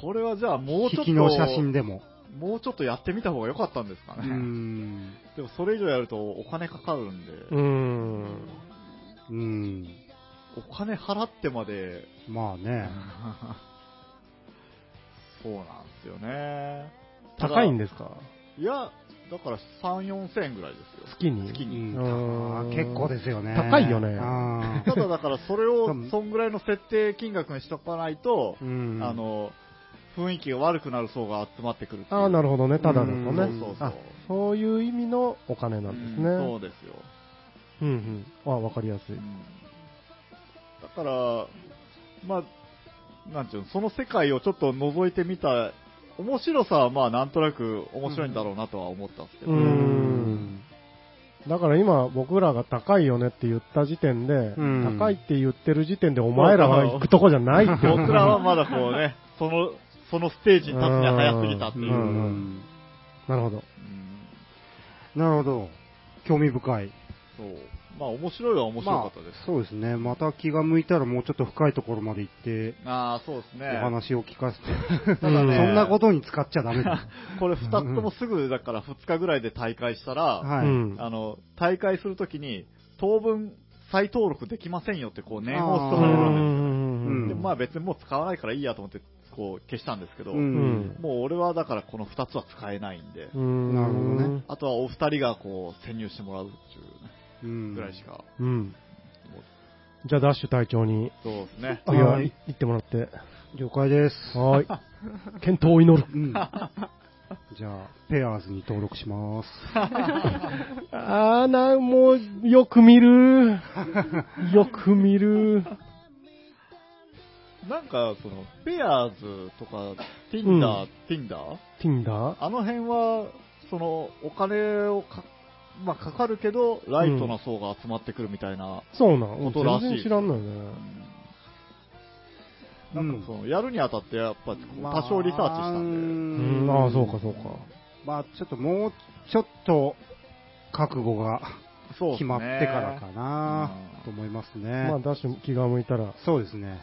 これはじゃあ、もうちょ
引
っと、
きの写真でも。
もうちょっとやってみた方が良かったんですか
う
ね。
ん。
でも、それ以上やるとお金かかるんで、
うーん。
うん。
お金払ってまで、
まあね。
そうなんですよね。
高いん
で
ですか
いや、だから3、4千円ぐらいですよ。
月に。
月
う
に
ん
うーん
結構ですよね。
高いよね
うん
ただだからそれを
多分、
そんぐらいの設定金額にしとかないと、
うん。
あ、の、雰囲気が悪くなる層が集まってくる
ああ、なる
ほ
ほどね、ただだと
ど
そ
ね
うそう。そう
あ、そういう意味のお金なんですね。
うんそうですよ。
うんうん。あ、わかりやす
う
い。
んだから、まあ、なんていうの、その世界をちょっと覗いてみた、面白さはまあなんとなく面白いんだろうなとは思ったんですけど、
う
うんん。
だから今、僕らが高いよねって言った時点で、
ん
高いって言ってる時点で、お前らは行くとこじゃないってこと
僕らはまだこうね、その、そのステージに立つには早すぎたっていうう。
ん
ん。
なるほど。
うん
なるほど。興味深い。
そう。まあ面白いは面白かったです。
まあそうですね。また気が向いたらもうちょっと深いところまで行って、
ああ、そうです
お
ね。
話を聞かせて。
ただね、
そんなことに使っちゃダメ だ。
これ2つともすぐ、だから2日ぐらいで大会したら、
はい。
うん
あの、大会するときに、当分再登録できませんよってこう念を押しとかれるんですよ。
うん
でまあ別にもう使わないからいいやと思って、こう消したんですけど、
うん
もう俺はだからこの2つは使えないんで、
うん
なるほどね。
あとはお二人がこう潜入してもらうっていう
う
ね
ん
ぐらいしか、
うん。
もう
じゃあ、ダッシュ隊長に、
そうです ね。
次は
はいい
行ってもらって。
了解です。
はーい。健闘を祈る。
うん。じゃあ、ペアーズに登録します。
あーな、もう、よく見る。よく見る。
なんか、その、ペアーズとか、Tinder、Tinder?
Tinder?
あの辺は、その、お金をか、まあ、かかるけど、ライトな層が集まってくるみたいな、
そうなん。うん
ことら
全
しい
然知らんのよね。
なんかその、やるにあたって、やっぱ、こう 多少リサーチしたんで、
うん、ああ、そうか、そうか。
まあ、ちょっともうちょっと覚悟が
そうっす
決
ね
まってからかな
うん
と思いますね。
まあ、ダッシュ気が向いたら。
そうですね。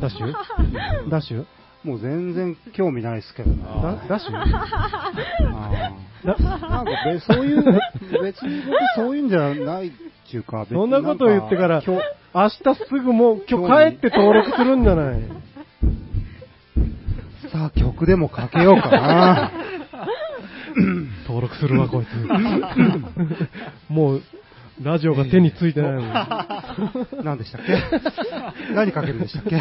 ダッシュダッシュ
もう全然興味ないですけどね。
ダダッシュ
あー
ダ
なんかべそういう、別に僕そういうんじゃないっていうか、別に
そんなこと言ってから
なんか興
明日すぐもう今日帰って登録するんじゃない
さあ、曲でもかけようか な。
登録するわ、こいつ。もう、ラジオが手についてないもん。
何でしたっけ何かけるんでしたっけ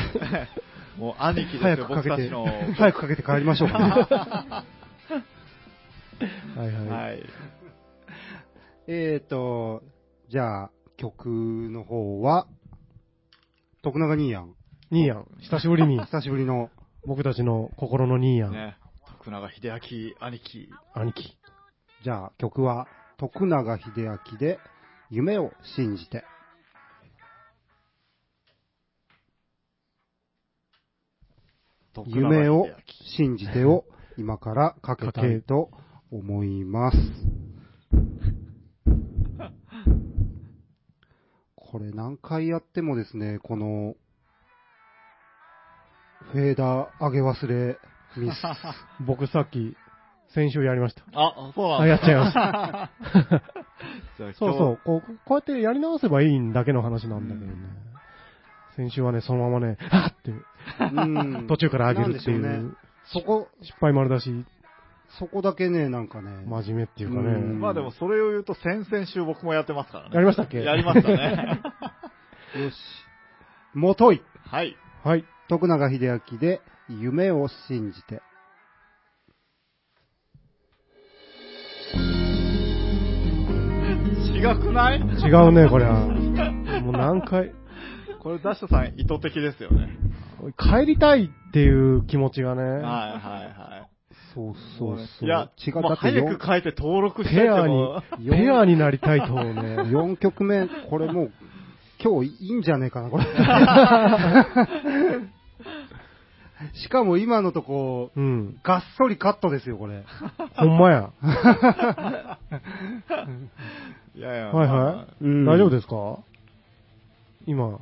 もう兄貴です
早
よ、
くか
僕
け
た
て
ちの。、
早くかけて帰りましょう か、
はいはい。
はい。
えーと、じゃあ、曲の方は、徳永兄やん。
ニーヤン、久しぶりに、
久しぶりの、
僕たちの心のニーヤン、
ね、徳永秀明兄貴。
兄貴。
じゃあ曲は、徳永秀明で、夢を信じて。
徳永
夢を
秀
信じて を今からかけたいと思います。これ何回やってもですね、この、フェーダー上げ忘れミス。
僕さっき、先週やりました。
明あ、そう
あ、
なん
や
だ
っちゃいました。
じゃあ
そうそう、こう、こうやってやり直せばいいんだけの話なんだけどね。先週はね、そのままね、はっって、
うん
途中から上げるってい
なんでしょね
う、
そこ、
失敗丸だし、
そこだけね、なんかね。
真面目っていうか
うん
ね。
まあでもそれを言うと先々週僕もやってますからね。
やりましたっけ
やりましたね。
よし。もとい。
はい。
はい。
徳永秀明で、夢を信じて。
違くない
違うね、これは。もう何回、
これダッシュさん意図的ですよね。
帰りたいっていう気持ちがね、
はいはいはい。
そうそうそう。
いや、
違う、
ま
だ
あ
って
早
よ
く書いて登録して
ペ
て
アに
も、、
よ
ペアになりたいとね。
4曲目、これ もう、今日いいんじゃねえかな、これ。しかも今のとこ、
うん。
がっそりカットですよ、これ。
ほんまや。
いやいや、
はい
ま
は
あ
い。大丈夫ですか今、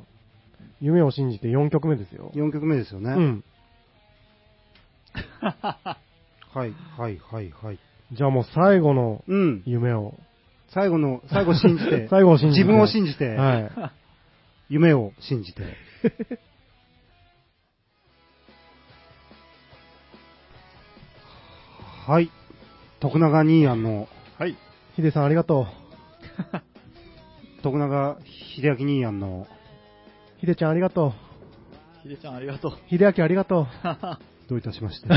夢を信じて4曲目ですよ。
4曲目ですよね。
うん。
はい、はい、はい、はい。
じゃあもう最後の
うん。
夢を。。
最後の、最後信じて
最後を信じて。
自分を信じて。
はい。
夢を信じて。 はい。徳永兄やんの、
はい。
ヒデさんありがと
徳永秀明兄やんの、
う。ヒデちゃんありがと
ひでちゃんありがとう。
う。ヒデアキありがとう。
どういたしま して。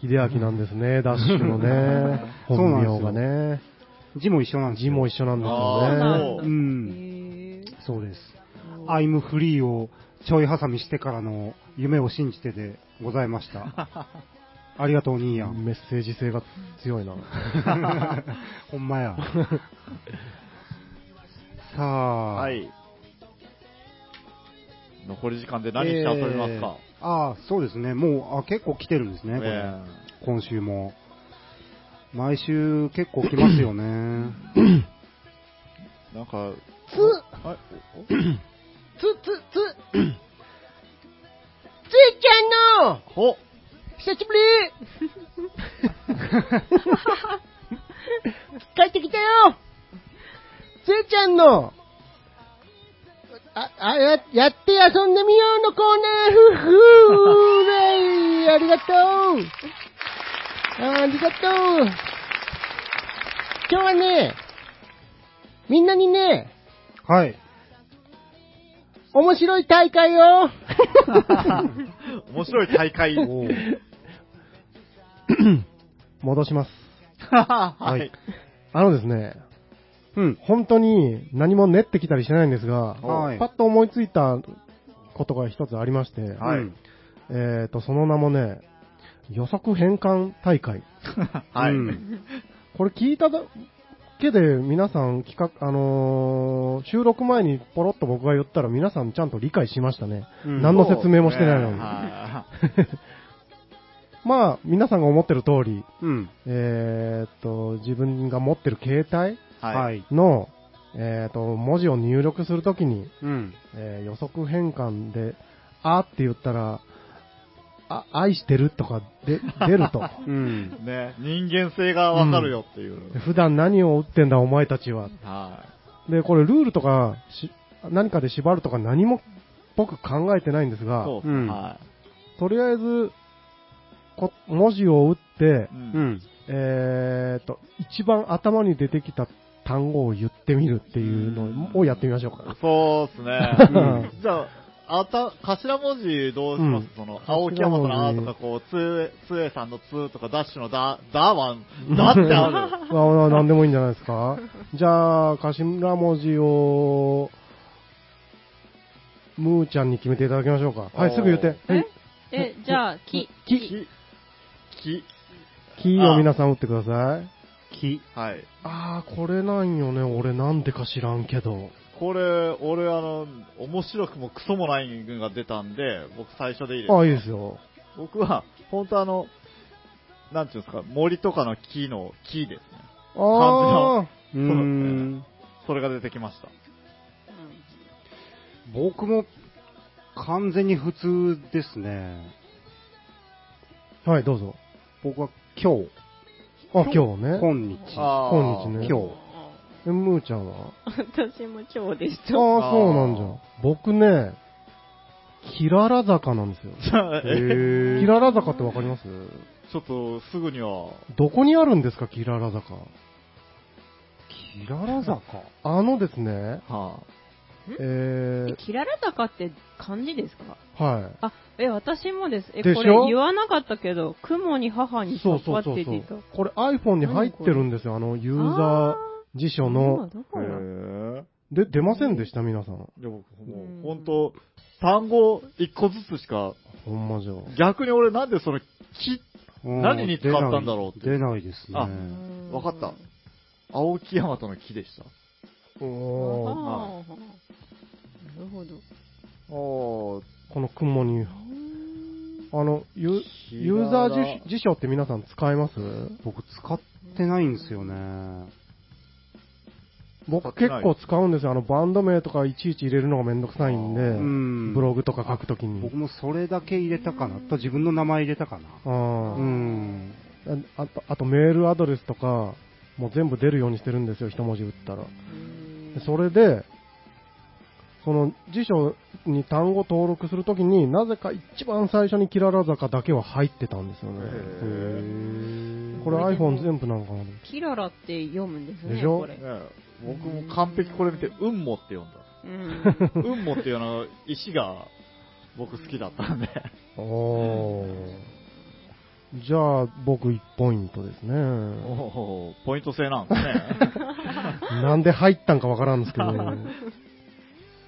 ヒデアキなんですね、ダッシュのね。
そう
本
なんですよ
名がね。
字も一緒なんです
字
よ。
も一緒なんです
そうな
よね。
んだ
う
へ
ん。
ー
そうです。アイムフリーをちょい挟みしてからの夢を信じてでございました。 ありがとう兄やん。
メッセージ性が強いな。
ほんま や。さあ。
はい。残り時間で何して遊びますか、
えーああ、そうですね。もう、あ、結構来てるんですね、これ。
え
今週も。毎週結構来ます よね。
ーなんか、つあ
つ、つ、つ、つーちゃんの
おお
久しぶり 帰ってきたよつーちゃんのあ、あ、や、やって遊んでみようのコーナーふふーはいありがとうありがとう今日はね、みんなにね、
はい。
面白い大会を
面白い大会。
戻します。
は
はいい。あのですね、
うん。
本当に何も練ってきたりしてないんですが、
はい
パッと思いついたことが一つありまして、
はい
うん
えっ、と、その名もね、予測変換大会。
はい。
うん
これ聞いただけで皆さん企画、あのー収録前にポロッと僕が言ったら皆さんちゃんと理解しましたね。
うん
何の説明もしてないのに。
はい
まあ、皆さんが思ってる通り、
うん。
えーっと、自分が持ってる携帯
は
はい。
い。
の、えーっと、文字を入力するときに、
うん。
えー予測変換で、あーって言ったら、あ、愛してるとかで出ると。
うん。
ね、人間性がわかるよっていう。
普段何を打ってんだお前たちは。
は
で、これルールとかし、何かで縛るとか何も僕考えてないんですが、
そう、
うん
は
とりあえず、こ文字を打って
い。、
う
うん
ん。
えーっと、一番頭に出てきた単語を言ってみるっていうのをやってみましょうか。
そうです
う
ね。
ん
じゃあ、あた、頭文字どうします、
う
そ
ん
の、青木山さんのあとか、こう、つえ、つえさんのつとか、ダッシュのだ、だは、だって ある。
あなんでもいいんじゃないです か。じゃあ、頭文字を、むーちゃんに決めていただきましょうか。はい、すぐ言って。はい。
え、じゃあ、き、き、
き、き、
キーを皆さん打ってください。
木。
はい。
あー、これなんよね。俺なんでか知らんけど。
これ、俺、あの、面白くもクソもないのが出たんで、僕最初でいいですか
あ、いいですよ。
僕は、本当あの、なんていうんですか、森とかの木の木ですね。
あ
う
ー、
ーん。
それが出てきました。
僕も完全に普通ですね。
はい、どうぞ。
僕は今日、
あ、今日ね。
今日。
あ
今日
ー
ね。
今日。
え、むーちゃんは
私も今日でし
ああー、
た。
そうなんじゃん。僕ね、キララ坂なんですよ。
え
へ
キ
ー
ララ坂ってわかります
ちょっと、すぐには、
どこにあるんですか、キララ坂。
キララ坂
あのですね、
は
え
えキララ坂って漢字ですか
ー、は
あ、え、私もです。え、
でし
こ
ょ
れ言わなかったけど、雲に母
い
に。
そ
か
うそ
か
う
っ
そう
て
そ
ていうた。。
これ iPhone に入ってるんですよ、あの、ユーザー辞書
今
の。
ど
あ。
こ
へ
だ
え。
で、出ませんでした、皆さん。
で、僕、
う
も
ん
う、本当単語一個ずつしか、
ほんまじゃ。
逆に俺なんでその木、
うん
何に使ったんだろうって
出ない出ないですね。
あ
うん
わかった青木山との木でした。
ああ
おー
なるほど。
おー、
この雲に、あの、ユユーザー辞辞書って皆さん使います
僕使ってないんですよね。
僕結構使うんですよ。あの、バンド名とかいちいち入れるのがめんどくさいん
う
で、
ん。
ブログとか書くときに
僕。もそれだけ入れたかなと、自分の名前入れたかな。
あ
う
ー
ん。
ああと、あとメールアドレスとか、もう全部出るようにしてるんですよ、一文字打ったら。でそれで、その辞書に単語登録するときになぜか一番最初にキララ坂だけは入ってたんですよね。
ー
これ iPhone 全部なんかな
キララって読むんです
で
ね、
しょ
これ。
ね僕も完璧これ見て、雲母って呼んだ。
うん。
雲母っていうのは石が僕好きだったんで。
おーじゃあ僕1ポイントですね。
おーポイント制なんですね。
なんで入ったんかわからんですけど、ね、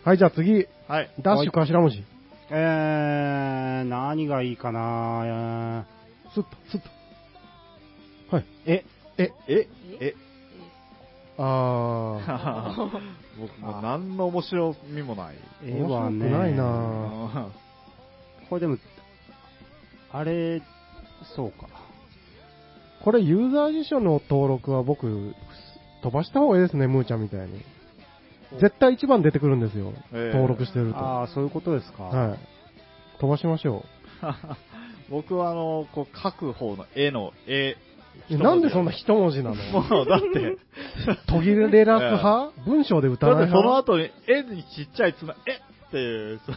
はい、じゃあ次、
はい。
ダッシュ頭文字。
えー、何がいいかな
スッと、スッと。はい。
え、
え、
え、え、
あー。
僕も何の面白みもない。
絵はね。
面白くないな
う
ぁ
ん
これでも、あれ、そうか。
これユーザー辞書の登録は僕、飛ばした方がいいですね、ムーちゃんみたいに。絶対一番出てくるんですよ、
ええ
登録してると。
ああ、そういうことですか。
はい。飛ばしましょ
僕はあの、こう書く方の絵の絵。
う。なんでそんな
人
一文 字なの
もうだって、
途切れらす派、文章で歌
だっ
わな
て
い
その
派
後に絵にちっちゃいつま、えっていう、そう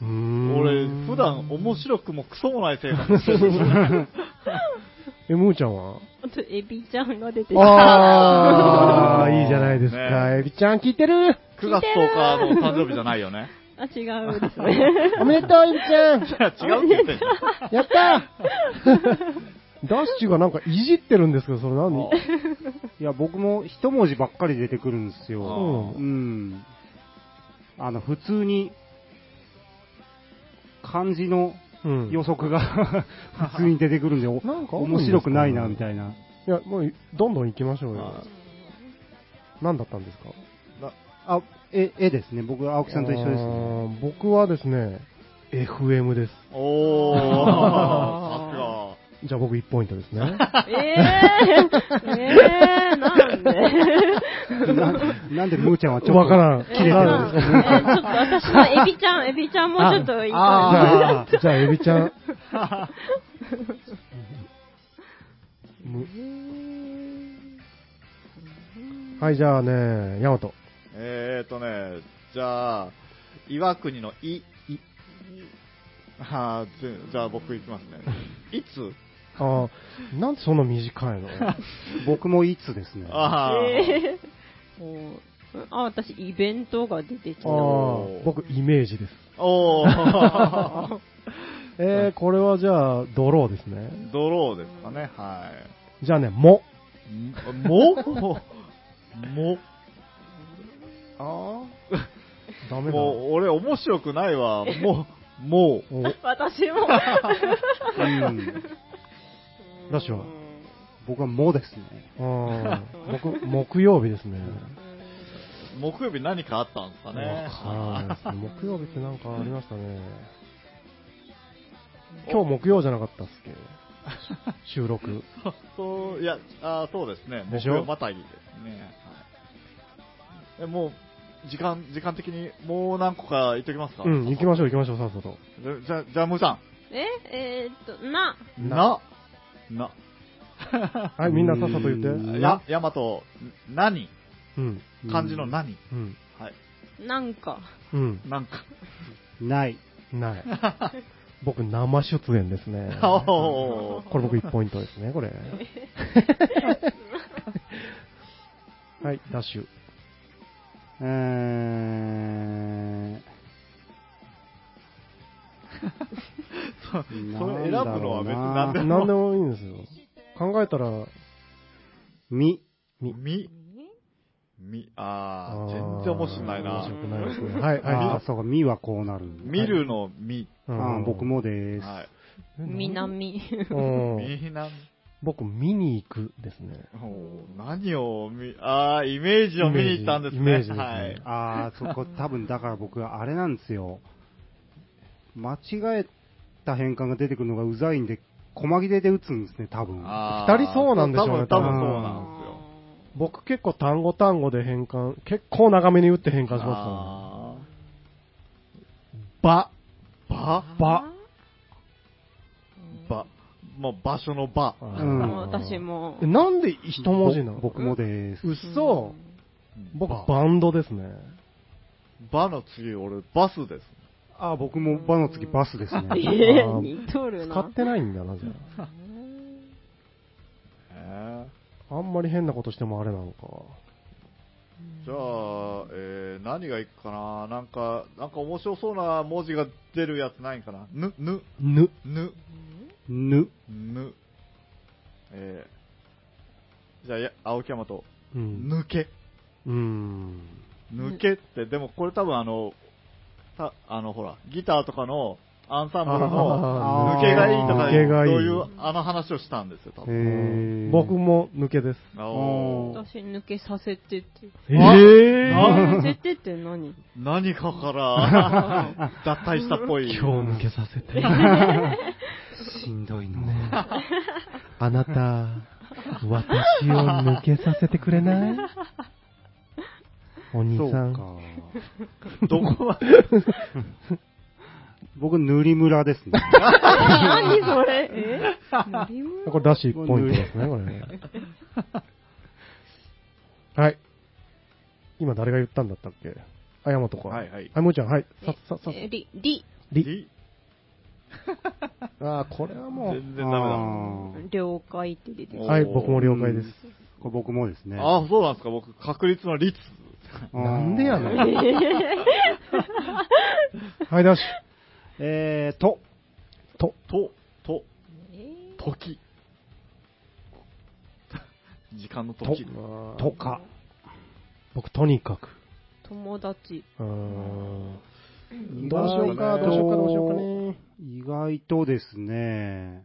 うーん
俺、普段面白くもクソもない生活してるんですよ
え、ムーちゃんは
あと、エビちゃんが出てきた。
ああ、いいじゃないですか。
ね
エビちゃん聞いてる
9月10日の誕生日じゃないよね。
あ、違うですね。
おめでとう、エビちゃん
違うって言ってんじゃん。
やったー ダッシュがなんかいじってるんですけど、それ何
いや、僕も一文字ばっかり出てくるんですよ。
う
うんん。あの、普通に、漢字の
うん
予測が 普通に出てくるんで、お
なんかあるんですかね
面白くないな、みたいな。
いや、もう、どんどん行きましょう
は
よ
い。
何だったんですか
あ、え、絵ですね。僕、青木さんと一緒ですね。
あー僕はですね、FM です。
おー、さ
じゃあ僕1ポイントで すね。
ええー、えー、なんで
ななんで、むーちゃんはちょっと。
わからん。
えーなんでえーちょっと私のエビちゃん、エ ビちゃんもちょっといい感
あーじゃあ、エビち ゃん。むはい、じゃあね、ヤマト。
えーとね、じゃあ、岩国のい、い、はあ、ぜじゃあ僕行きますね。いつ
ああ、なんでそんな短 いの
僕もいつですね。
ああ、
えー、もうあ、私、イベントが出てきた。
ああ、僕、イメージです。
おー
えー、これはじゃあ、ドローですね。
ドローですかね、はい。
じゃあね、も。
んももあ
ダ
あ
メだ。
もう俺面白くないわ。もう、もう。
お
私も。
うん、
ラッシュは
僕はもですね。
あー僕、木曜日ですね。
木曜日何かあったんですかね。
はい。木曜日ってなんかありましたね。今日木曜じゃなかったっすけ 収録。
そう、いや、あーそうですね。
で
木
しょ
曜またぎですね。はい、えもう、時間、時間的にもう何個か言っておきますか
うん、行きましょう行きましょう、さっさと。
じゃ、じゃ、じゃあ、むーさ
え、えーっと、な、
ん。な、な、
はい、みんなさっさと言って。
うーん
や、やまと、何
うん、
漢字の何、
うん、
はい。
なんか。
うん、
なん か。
ない。
ない。僕、生出演ですね。
おー
これ僕1ポイントですね、これ。はい、ダッシュ。
えー、
そそれ選ぶのは別に何でも
何でもいいんですよ。考えたら、
み、
み
み、み、あ
あ
ー、
ー
全然面白くない
面
な。
白くないですね。はい、
あ
は
あ、そうか、みはこうなる。
見るのみ。
い。
ああ僕。もです。
はい。
南。
うん。
みなん、
僕、見に行くですね。
おー何を見、あー、イメージを見に行ったんです
イメー
ね。
ジイメージですね
はい。
ああ、そこ、多分だから僕はあれなんですよ。間違えた変換が出てくるのがうざいんで、細切れで打つんですね、多分。
あ
二人そうなんでしょうね
多分、多
多
分
分
そうなんですよ。
僕結構単語単語で変換、結構長めに打って変換しましたね。
あーば、ば、
ば。
ば、まあ、場所のば。
うん
あ私。も
え。なんで一文字なの
ぼ僕もです。
嘘。僕、
ば、
バンドですね。
ばの次、俺、バスです。
ああ、僕も場の次バスですね。
え
あー
ー、似とる
使っ
な。
てないんだな、じゃ
え
あ。あんまり変なことしてもあれなのか。
ーじゃあ、えー、何がいくかななんか、なんか面白そうな文字が出るやつないんかなぬ、ぬ、
ぬ。
ぬ、
ぬ、
ぬ。えー、じゃあや、青木山と、
うん。
抜け。
うん。
抜けって、でもこれ多分あの、たあのほら、ギターとかのアンサンブル
あ
の
ー
抜けがいいと
抜
か、そう
け
がいい
いうあの話をしたんですよ、多
へ
分。
ー
僕も抜けです。
あー
私抜けさせてって。
え
あ
させてって何
何かから 脱退したっぽい。
今日抜けさせて。
しんどいの。
あなた、私を抜けさせてくれないお兄
そう
さん。
か。
どこまで
僕、塗り村ですね。
何それ え何も
これ、ダッシュ1ポイントですね、これね。はい。今、誰が言ったんだったっけあ、ヤマトか。
はいはい
あ、もうちゃん、はい。さ、さ、さ、
えり、り、
り。あー、これはもう。
全然ダ
あー
了解って出てき
ー
はい、僕も了解です。
これ僕もですね。
メだ。ああ、そうなんですか、僕、確率の率。
うん
なんでや ねん。はい、ダッシ
えーと、
ュ。と、
と、と、
え
時。 時間の
と
時。、
とか。
僕、とにかく。
友達。
うーん。
意
どう
外
し
と
ようか、どうしようか、どうしようかね。
意外とですね、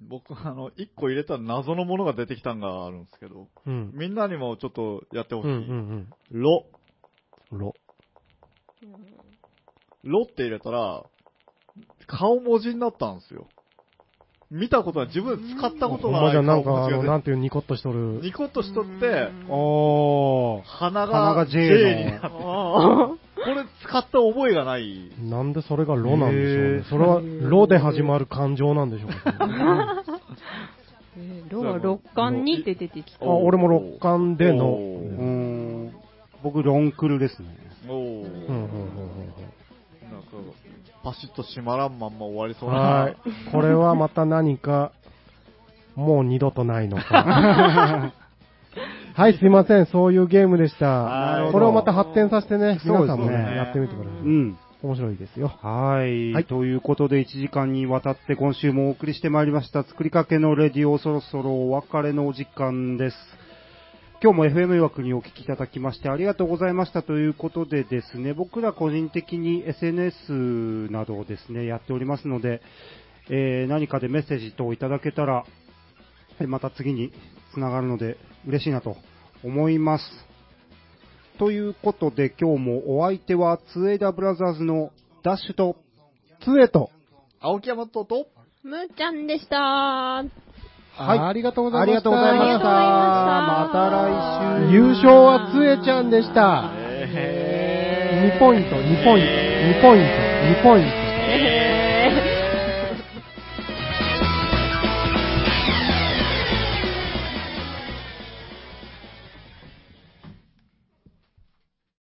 僕、あの、一個入れた謎のものが出てきたんがあるんですけど。
うん。
みんなにもちょっとやってほ
う
し
ん、
い。
うん、
ロ。
うん。ろ。
ロって入れたら、顔文字になったんですよ。見たことない。自分で使ったこ
ほ
と
ん
な
ま
い
じ
顔
ゃん、なんか、
文
あ
字
の、
が
なんていう、ニコッとしと
出て。
る。
ニコッとしとって、
おー、
鼻が
鼻が J の
J になる。これ使った覚えがない。
なんでそれがロな
へ
んでしょうね
ー。
それは、ロで始まる感情なんでしょう か。
えー、ろは六冠にって出てきた。
あ、俺も六巻での
お。
うー
ー
ん。僕、ロンクルですね。
おお、
うんうん
なんか、パシッと閉まらんまんま終わり
うんう
そ
ん
う
は
な。
い。これはまた何か、もう二度とないのか。 はい、すいません。そういうゲームでし
なる
た
ほ。ど
これをまた発展させてね、皆さん
そう
も
です
ね、
ね
やってみてくださ
う
い。
ん。
面白いですよ。
はい、
はい
ということで、1時間にわたって今週もお送りしてまいりました、作りかけのレディオ、そろそろお別れのお時間です。今日も FM 枠にお聞きいただきましてありがとうございましたということでですね、僕ら個人的に SNS などをですね、やっておりますので、えー何かでメッセージ等いただけたら、また次につながるので嬉しいなと思います。ということで今日もお相手はツエダブラザーズのダッシュと
ツエと、
青木山とと、
むーちゃんでした
はい。
あ
ありがとうござい
あ
まし
り
た。
がとうございました。
ありがと
また
うございました
来週。
優勝はつえちゃんでした。
えー
2ポイント、2ポイント、2ポイント、2ポイント。